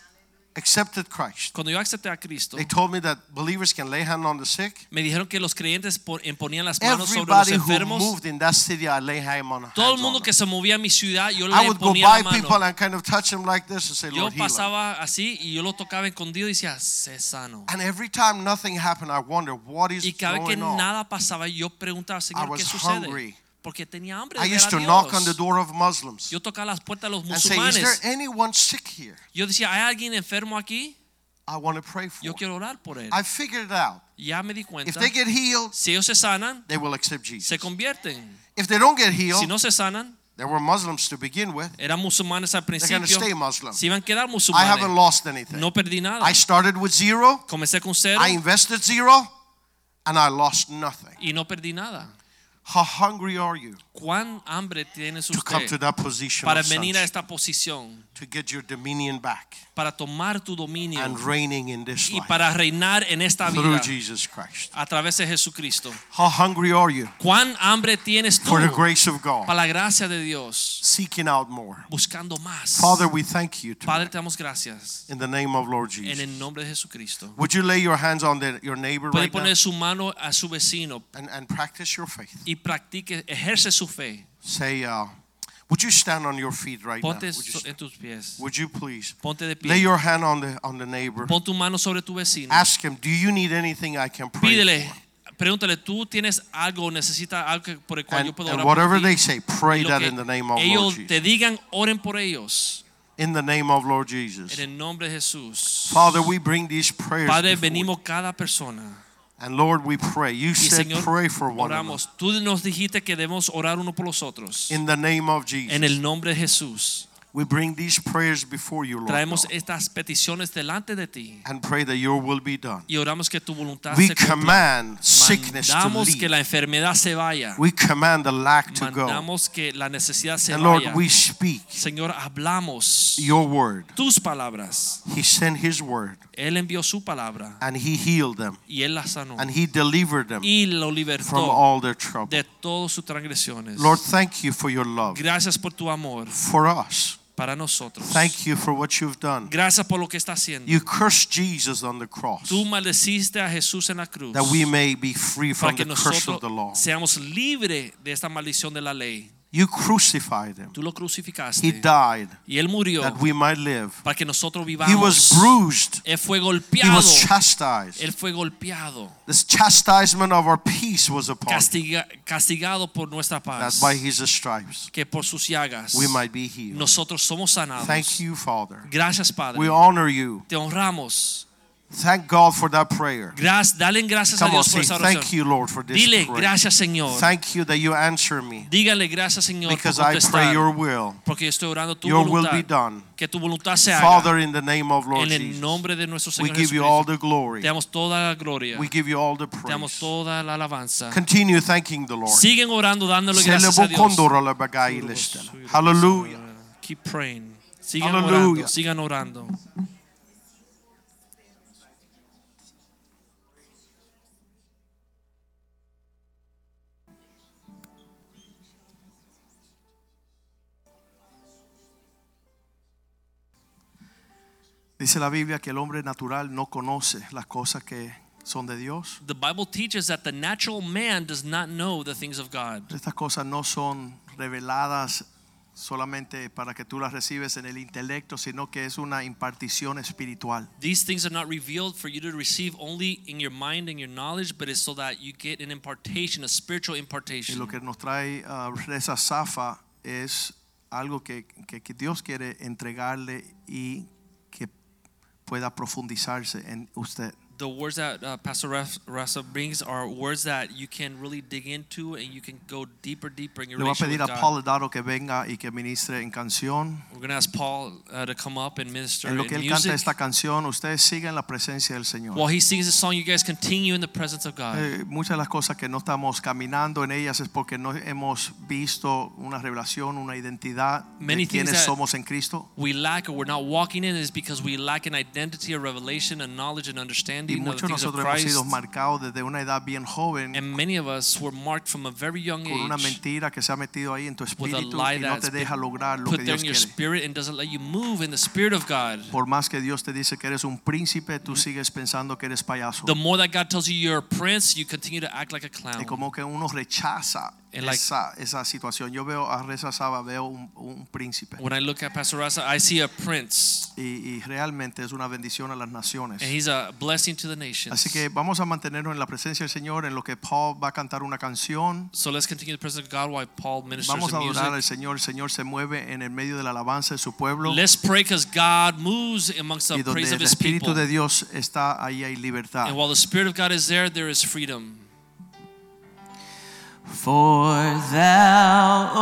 accepted Christ, Cuando yo acepté a Cristo, they told me that believers can lay hand on the sick. me dijeron que los creyentes pon- imponían las manos sobre los Everybody who enfermos. moved in that city, I lay hand on. Todo el hands on mundo them. que se movía a mi ciudad, yo I le would go ponía la by mano. people and kind of touch them like this and say, Yo Lord, heal them. pasaba así y yo lo tocaba escondido y decía, sé sano. And every time nothing happened, I wonder what is Y cada vez que going on. nada pasaba, yo preguntaba, I Señor, was ¿qué sucede? hungry. Porque tenía hambre I de ver used a to knock on the Dios. door of Muslims Yo tocaba las puertas de los and say, Is there musulmanes. anyone sick here? Yo decía, ¿hay alguien enfermo aquí? I want to pray for. Yo quiero orar por él. I figured it out. Ya me di If cuenta. they get healed, Si ellos se sanan, they will accept Jesus. se convierten. If they don't get Si healed, no se sanan, there were Muslims to begin with. eran musulmanes al They're going to principio. stay Muslim. Se iban a quedar I haven't musulmanes. lost anything. No perdí nada. I started with zero. Comencé con cero I invested zero, and I lost nothing. y no perdí nada. How hungry are you ¿Cuán hambre tienes to come to usted that position para of venir a sonship, esta posición? to get your dominion back para tomar tu dominio and reigning in this y life para reinar en esta through vida Jesus Christ? a través de Jesucristo. How hungry are you ¿Cuán hambre tienes tú for the grace of para God, la gracia de Dios, seeking out more? buscando más? Father, we thank you tonight Padre, te damos gracias in the name of Lord en Jesus. el nombre de Jesucristo. Would you lay your hands on the, your neighbor Puede right now poner su mano a su vecino and, and practice your faith? y practique, ejerce su fe. Say, uh, would you stand on your feet right now? Would Ponte you, so- en stand? tus pies. Would you please Ponte de lay pie. your hand on the on the neighbor? Pon tu mano sobre tu vecino. Ask him, do you need anything I can pray? Pídele, for? pregúntale, ¿tú tienes algo, necesitas algo que- por el cual yo And, puedo and orar? por whatever ti? they say, Y pray lo that que in the name of Lord ellos te Jesus. digan, oren por ellos. In the name of Lord En Jesus. el nombre de Jesús. Father, we bring these prayers. Padre, before you. venimos cada persona. And Lord, we pray. You Y said Señor, pray for one another. oramos. Tú nos dijiste que debemos orar uno por los otros. In the name of En el Jesus. nombre de Jesús. We bring these prayers before you, Lord. Traemos God, estas peticiones delante de ti. And pray that your will be done. Y oramos que tu voluntad We se cumpla. command sickness to Mandamos que leave. la enfermedad se vaya. We command the lack to go. Mandamos que la necesidad se And Lord, vaya. we speak Señor, hablamos your word. tus palabras. He sent his word Él envió su palabra and he healed them y él la sanó and he delivered them y lo from libertó all their trouble. de todas sus transgresiones. Lord, thank you for your love Gracias por tu amor. for us. para nosotros. Thank you for what you've done. Gracias por lo que está haciendo. You cursed Jesus on the cross Tú maldeciste a Jesús en la cruz that we may be free para from que the curse of the law. nosotros seamos libres de esta maldición de la ley. You crucified him. Tú lo He crucificaste died y él murió that we might live. para que nosotros He was vivamos. bruised. Él fue He golpeado. was chastised. Él fue golpeado, This chastisement of our peace was upon him. castiga- castigado por nuestra That paz, by his stripes que por sus llagas we might be healed. nosotros somos sanados. Thank you, Father. Gracias, Padre. We honor you. Te honramos. Thank God for that prayer. Gracias, dale gracias a Come on, Dios por say esa oración. thank you, Lord, for this Dile prayer. gracias, Señor. Thank you that you answer me Dígale gracias, Señor, por because I pray contestar. your will. Porque yo estoy orando tu Your will voluntad. be done. Que tu voluntad se haga. Father, in the name of Lord En el Jesus, nombre de nuestro we Señor give you all Jesucristo. the glory. Te damos toda la gloria. We give you all the Te damos praise. toda la alabanza. Continue thanking the Lord. Siguen orando dándole gracias a Dios. Hallelujah. Hallelujah. Keep praying. Sigan Hallelujah. orando. Sigan orando. Dice la Biblia que el hombre natural no conoce las cosas que son de Dios. The Bible teaches that the natural man does not know the things of God. Estas cosas no son reveladas solamente para que tú las recibes en el intelecto, sino que es una impartición espiritual. These things are not revealed for you to receive only in your mind and your knowledge, but it's so that you get an impartation, a spiritual Y impartation. lo que nos trae ah, Reza Zafa es algo que, que- que Dios quiere entregarle y que pueda profundizarse en usted. the words that uh, Pastor Raf- Rafa brings are words that you can really dig into and you can go deeper, deeper in your Le voy a relationship pedir a with Paul God. Daro que venga y que ministre en canción. We're going to ask Paul uh, to come up and minister En lo in que él music. canta esta canción, ustedes siguen la presencia del Señor. While he sings this song, you guys continue in the presence of God. Eh, muchas de las cosas que no estamos caminando en ellas es porque no hemos visto una revelación, una identidad Many de quiénes things that- somos en Cristo. We lack or we're not walking in is because we lack an identity, a revelation, a knowledge, and Y understanding of the muchos de things of nosotros hemos Christ. sido marcados desde una edad bien joven And many of us were marked from a very young con una age mentira que se ha metido ahí en tu with a espíritu lie y no te that's deja lograr been lo que put there Dios in your quiere. spirit and doesn't let you move in the spirit of God. Por más que Dios te dice que eres un príncipe, tú sigues pensando que eres payaso. Mm-hmm. The more that God tells you you're a prince, you continue to act like a clown. Y como que uno rechaza And like- esa, esa situación. Yo veo a Reza Saba, veo un, un príncipe. When I look at Pastor Rasa, I see a prince, Y, y realmente es una bendición a las naciones. and he's a blessing to the nations. Así que vamos a mantenernos en la presencia del Señor, en lo que Paul va a cantar una canción. so let's continue the presence of God while Paul ministers Vamos a in music. adorar al Señor. El Señor se mueve en el medio de la alabanza de su pueblo. Let's pray because God moves amongst Y the donde praise of el his people. Espíritu de Dios está, ahí hay libertad. And while the Spirit of God is there, there is freedom. For thou,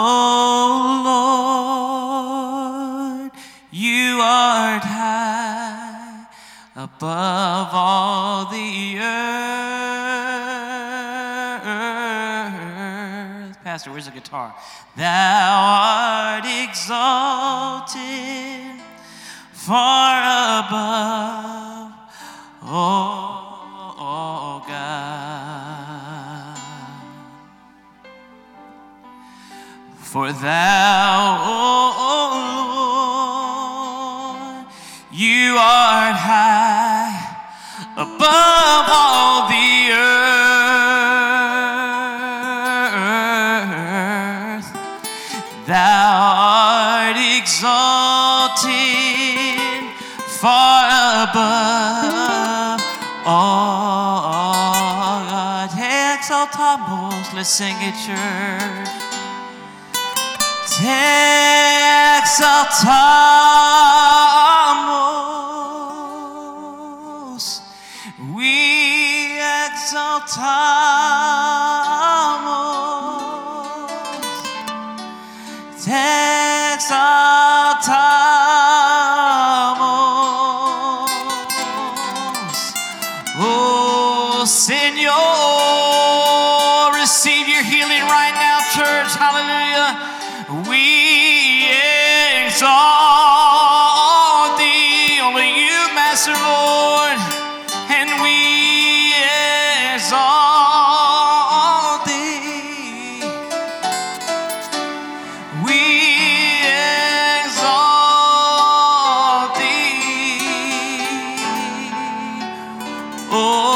O Lord, you art high above all the earth. Pastor, where's the guitar? Thou art exalted far above, O God. For thou, O Lord, you art high above all the earth. Thou art exalted far above all God. Exaltamos, let's sing it, church. Te exaltamos, we exaltamos, te exaltamos. Oh, Señor, receive your healing right now, church. Hallelujah. We exalt thee, only you, Master Lord, and we exalt thee. We exalt thee. Oh, Lord.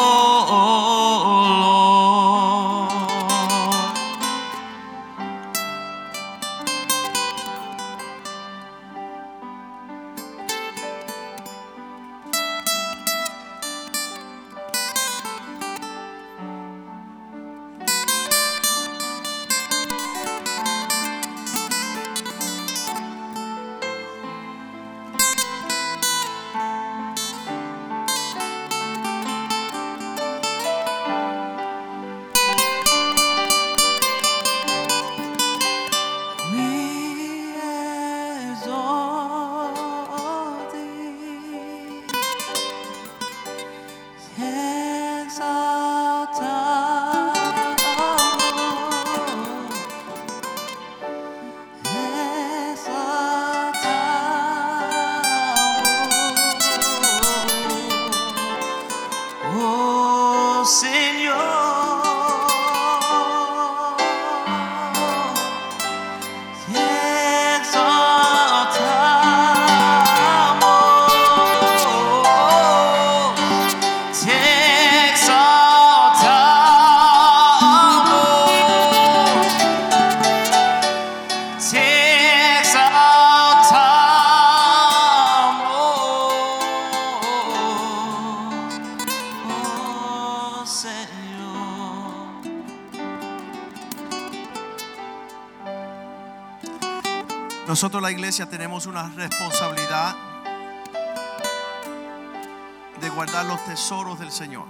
We exalt thee, exaltamos, exaltamos. Oh Señor, te exaltamos, te exaltamos. Te exaltamos, oh Señor. Nosotros la iglesia tenemos una responsabilidad de guardar los tesoros del Señor.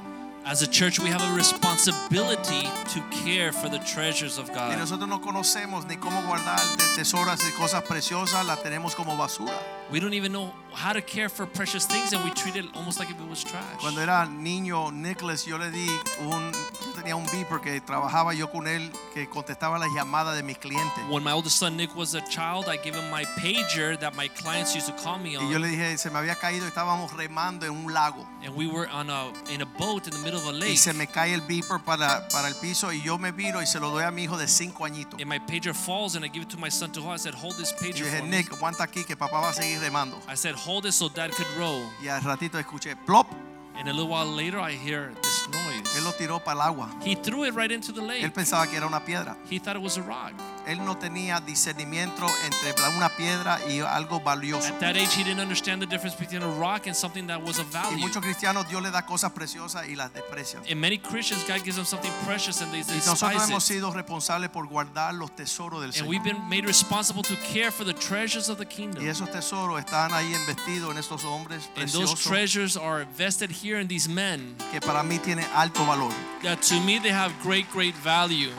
As a church, we have a responsibility to care for the treasures of Y God. nosotros no conocemos ni cómo guardar de tesoros y cosas preciosas, las tenemos como basura. We don't even know how to care for precious things, and we treat it almost like if it was trash. Cuando era niño, Nicholas, yo le di un, yo tenía un beeper que trabajaba yo con él, que contestaba las llamadas de mis clientes. When my oldest son Nick was a child, I gave him my pager that my clients used to call me Y yo on, le dije, se me había caído, estábamos remando en un lago. and we were on a in a boat in the middle of a Y lake, se me cae el beeper para, para el piso y yo me viro y se lo doy a mi hijo de cinco añitos. and my pager falls, and I give it to my son to hold. I said, "Hold this Y pager yo dije, for me." Nick, aguanta aquí que papá va a seguir remando. I said, "Hold it so Dad could row." Y al ratito escuché, plop, And a little while later, I hear this él lo noise. tiró para el agua. He threw it right into the lake. Él pensaba que era una piedra. He thought it was a rock. Él no tenía discernimiento entre una piedra y algo valioso. At that age, he didn't understand the difference between a rock and something that was of Y value. muchos cristianos Dios le da cosas preciosas y las desprecia. And many Christians, God gives them something precious, and they Y nosotros hemos despise it. sido responsables por guardar los tesoros del And Señor. we've been made responsible to care for the treasures of the Y kingdom. esos tesoros están ahí investidos en estos hombres And those preciosos treasures are invested here in these men que para mí tienen alto valor. that to me they have great, great value.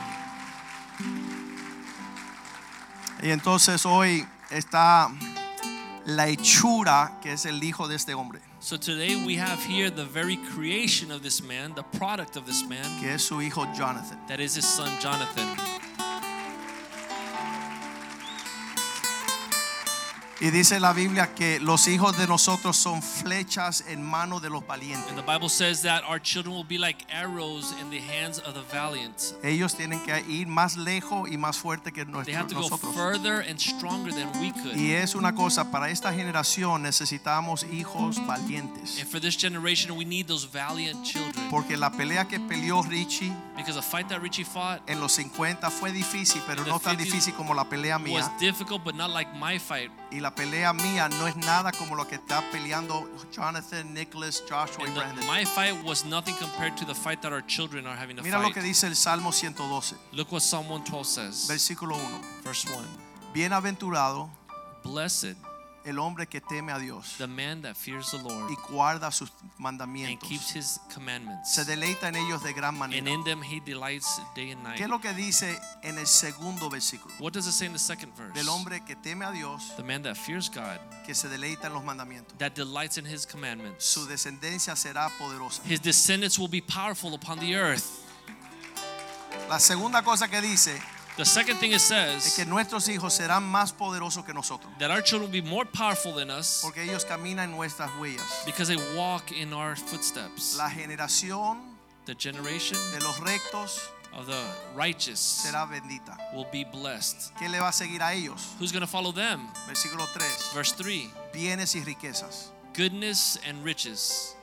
Y entonces hoy está la hechura que es el hijo de este hombre, So today we have here the very creation of this man, the product of this man, que es su hijo Jonathan. that is his son Jonathan. Y dice la Biblia que los hijos de nosotros son flechas en manos de los valientes. And the Bible says that our children will be like arrows in the hands of the valiant. Ellos tienen que ir más lejos y más fuerte que They nuestro- have to go nosotros. further and stronger than we could. Y es una cosa, para esta generación necesitamos hijos valientes. And for this generation, we need those valiant children. Porque la pelea que peleó Richie Because the fight that Richie fought en los 50 fue difícil, pero no tan difícil como la pelea was mía. difficult, but not like my fight. Y la pelea mía no es nada como lo que está peleando Jonathan, Nicholas, Joshua y And the- Brandon. my fight was nothing compared to the fight that our children are having to Mira lo que fight. dice el Salmo 112, Look what Psalm 112 says, versículo 1. verse 1. Bienaventurado Blessed el hombre que teme a Dios the man that fears the Lord y guarda sus and keeps mandamientos. his commandments, Se deleita en ellos de gran and manera. in them he delights day and night. ¿Qué es lo que dice en el segundo versículo? What does it say in the second verse? Del hombre que teme a Dios, The man that fears God, que se deleita en los mandamientos. that delights in his commandments. Su descendencia será poderosa. His descendants will be powerful upon the earth. La segunda cosa que dice The second thing it es que says nuestros hijos serán más poderosos que nosotros, that our children will be more powerful than us porque ellos caminan en nuestras huellas. because they walk in our footsteps. La generación The generation de los rectos of the righteous será bendita. will be blessed. ¿Qué le va a seguir a ellos? Who's going to follow them? Versículo 3. Verse 3 Bienes y riquezas Goodness and riches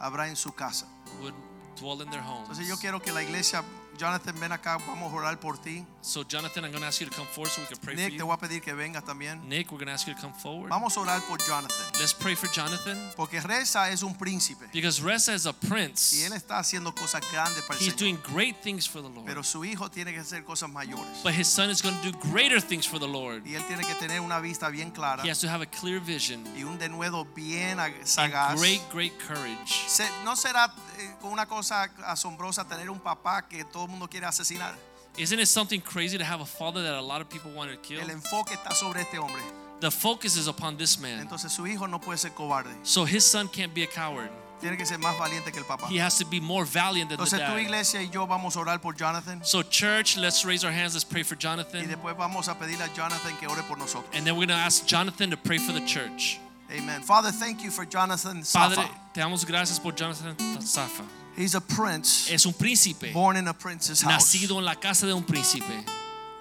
habrá en su casa. would dwell in their homes. Entonces yo quiero que la iglesia, Jonathan, ven acá, vamos a orar por ti. So, Jonathan, I'm going to ask you to come forward so we can pray Nick, te for voy a pedir que vengas you. también. Nick, we're going to ask you to come forward. Vamos a orar por Jonathan, Let's pray for Jonathan porque Reza es un príncipe because Reza is a y prince. él está haciendo cosas grandes para He's el Señor. doing great things for the Lord. Pero su hijo tiene que hacer cosas mayores. But his son is going to do greater things for the Lord. Y él tiene que tener una vista bien clara He has to have a clear vision y un denuedo bien ag- and sagaz. great, great courage. Se- no será eh, una cosa asombrosa tener un papá que todo el mundo quiere asesinar. Isn't it something crazy to have a father that a lot of people want to kill? El enfoque está sobre este hombre. The focus is upon this man. Entonces su hijo no puede ser cobarde. So his son can't be a coward. Tiene que ser más valiente que el papá. He has to be more valiant than the Entonces tu dad. iglesia y yo vamos a orar por Jonathan So church, let's raise our hands. Let's pray for y Jonathan. después vamos a pedirle a Jonathan que ore por nosotros. And then we're going to ask Jonathan to pray for the church. Amen. Father, thank you for Jonathan Padre, Safa. te damos gracias por Jonathan Safa. He's a prince Es un príncipe. born in a prince's house. eh, Nacido en la casa de un príncipe.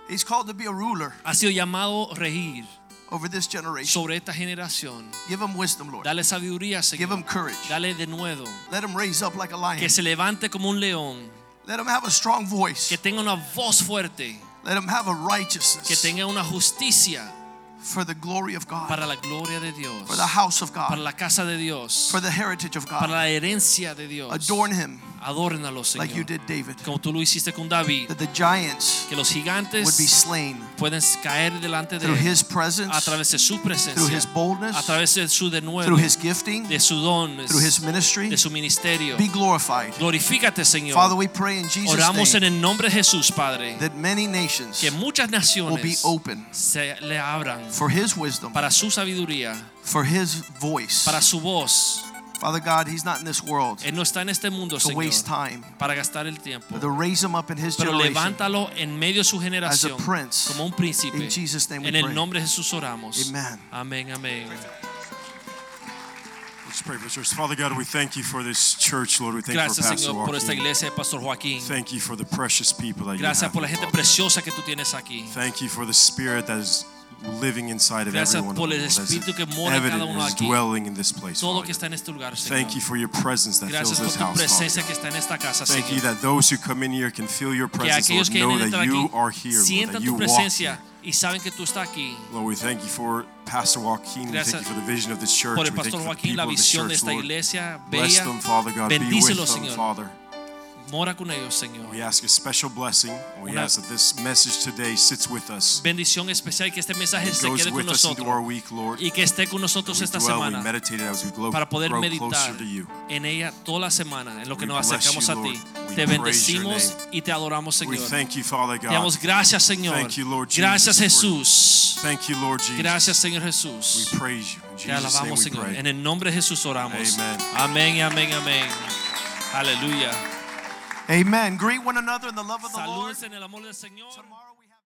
He's called to be a ruler Ha sido llamado regir over this generation. sobre esta generación. Give him wisdom, Lord. Dale sabiduría, Give him Señor. courage. Dale de nuevo. Let him raise up like a Que lion. se levante como un león. Let him have a strong voice. Que tenga una voz fuerte. Let him have a que righteousness tenga una justicia for the glory of God, para la gloria de Dios, for the house of para God, la casa de Dios, for the heritage of para God. la herencia de Dios. Adorn him Adórnalos, like you Señor. did David, Como tú lo hiciste con David. that the giants Que los would be gigantes slain pueden caer delante de through él his a presence, través de su through his presencia, a boldness, través de su through denuedo, his gifting, de su don, through his ministry. de su ministerio. Be glorified. Glorifícate, Father, Señor. we pray in Jesus' Oramos en name el nombre de Jesús, Padre, that many nations que muchas will be naciones open se le abran for his wisdom, para su sabiduría, for his voice. para su voz. Father God, he's not in this world Él no está en este mundo, to Señor, waste time, para gastar el tiempo. but to raise him up in his Pero generation. levántalo en medio de su generación As a prince. como un príncipe. In Jesus' name we en el pray. nombre de Jesús oramos. Amen. Amén, amén. Let's pray for church. Father God, we thank you for this church, Lord. We thank you Gracias, for Pastor Señor, por esta Joaquin. iglesia de Pastor Joaquín. Thank you for the precious people that you Gracias have. por la here, gente Father. preciosa que tú tienes aquí. Thank you for the spirit that is living inside of Gracias everyone. por el Lord, that is espíritu que mora en cada evident uno is aquí. dwelling in this place. Todo lo Father. que está en este lugar, Señor. Thank you for your presence that Gracias fills por this tu house. presencia Father. que está en esta casa, Thank you Señor. that those who come in here can feel your Que presence, aquellos Lord, que know entran that you are aquí here, Lord, sientan that tu you walk here. presencia y saben que tú estás aquí. Lord, we thank you for Pastor Joaquin. We Gracias thank you for the vision of this church. Por el we thank pastor you for the Joaquín, people la of this visión de church, esta Lord. iglesia Bless bella. them, Father God. Be with Bendícelo, them, Señor. Father. Mora con ellos, Señor. We ask a special blessing. We Una- ask that this message today sits with us. Bendición especial que este mensaje se goes quede con with us into our nosotros week, Lord. y que esté con nosotros we esta dwell, we semana meditate as we grow, para poder grow meditar closer to you. en ella toda la semana, en lo que We nos bless acercamos you, a ti. Lord. We Te praise your bendecimos name. y te adoramos, We Señor. thank you, Father Te God. damos gracias, Señor. Thank you, Lord Jesus, Gracias, for- Jesús. Thank you, Lord Jesus. Gracias, Señor Jesús. We praise you. In Te Jesus' name alabamos, we Señor. pray. En el nombre de Jesús oramos. Amen. Amén, y amén, amén. Aleluya. Amen. Greet one another in the love of the Lord. Saludos en el amor del Señor. Tomorrow we have-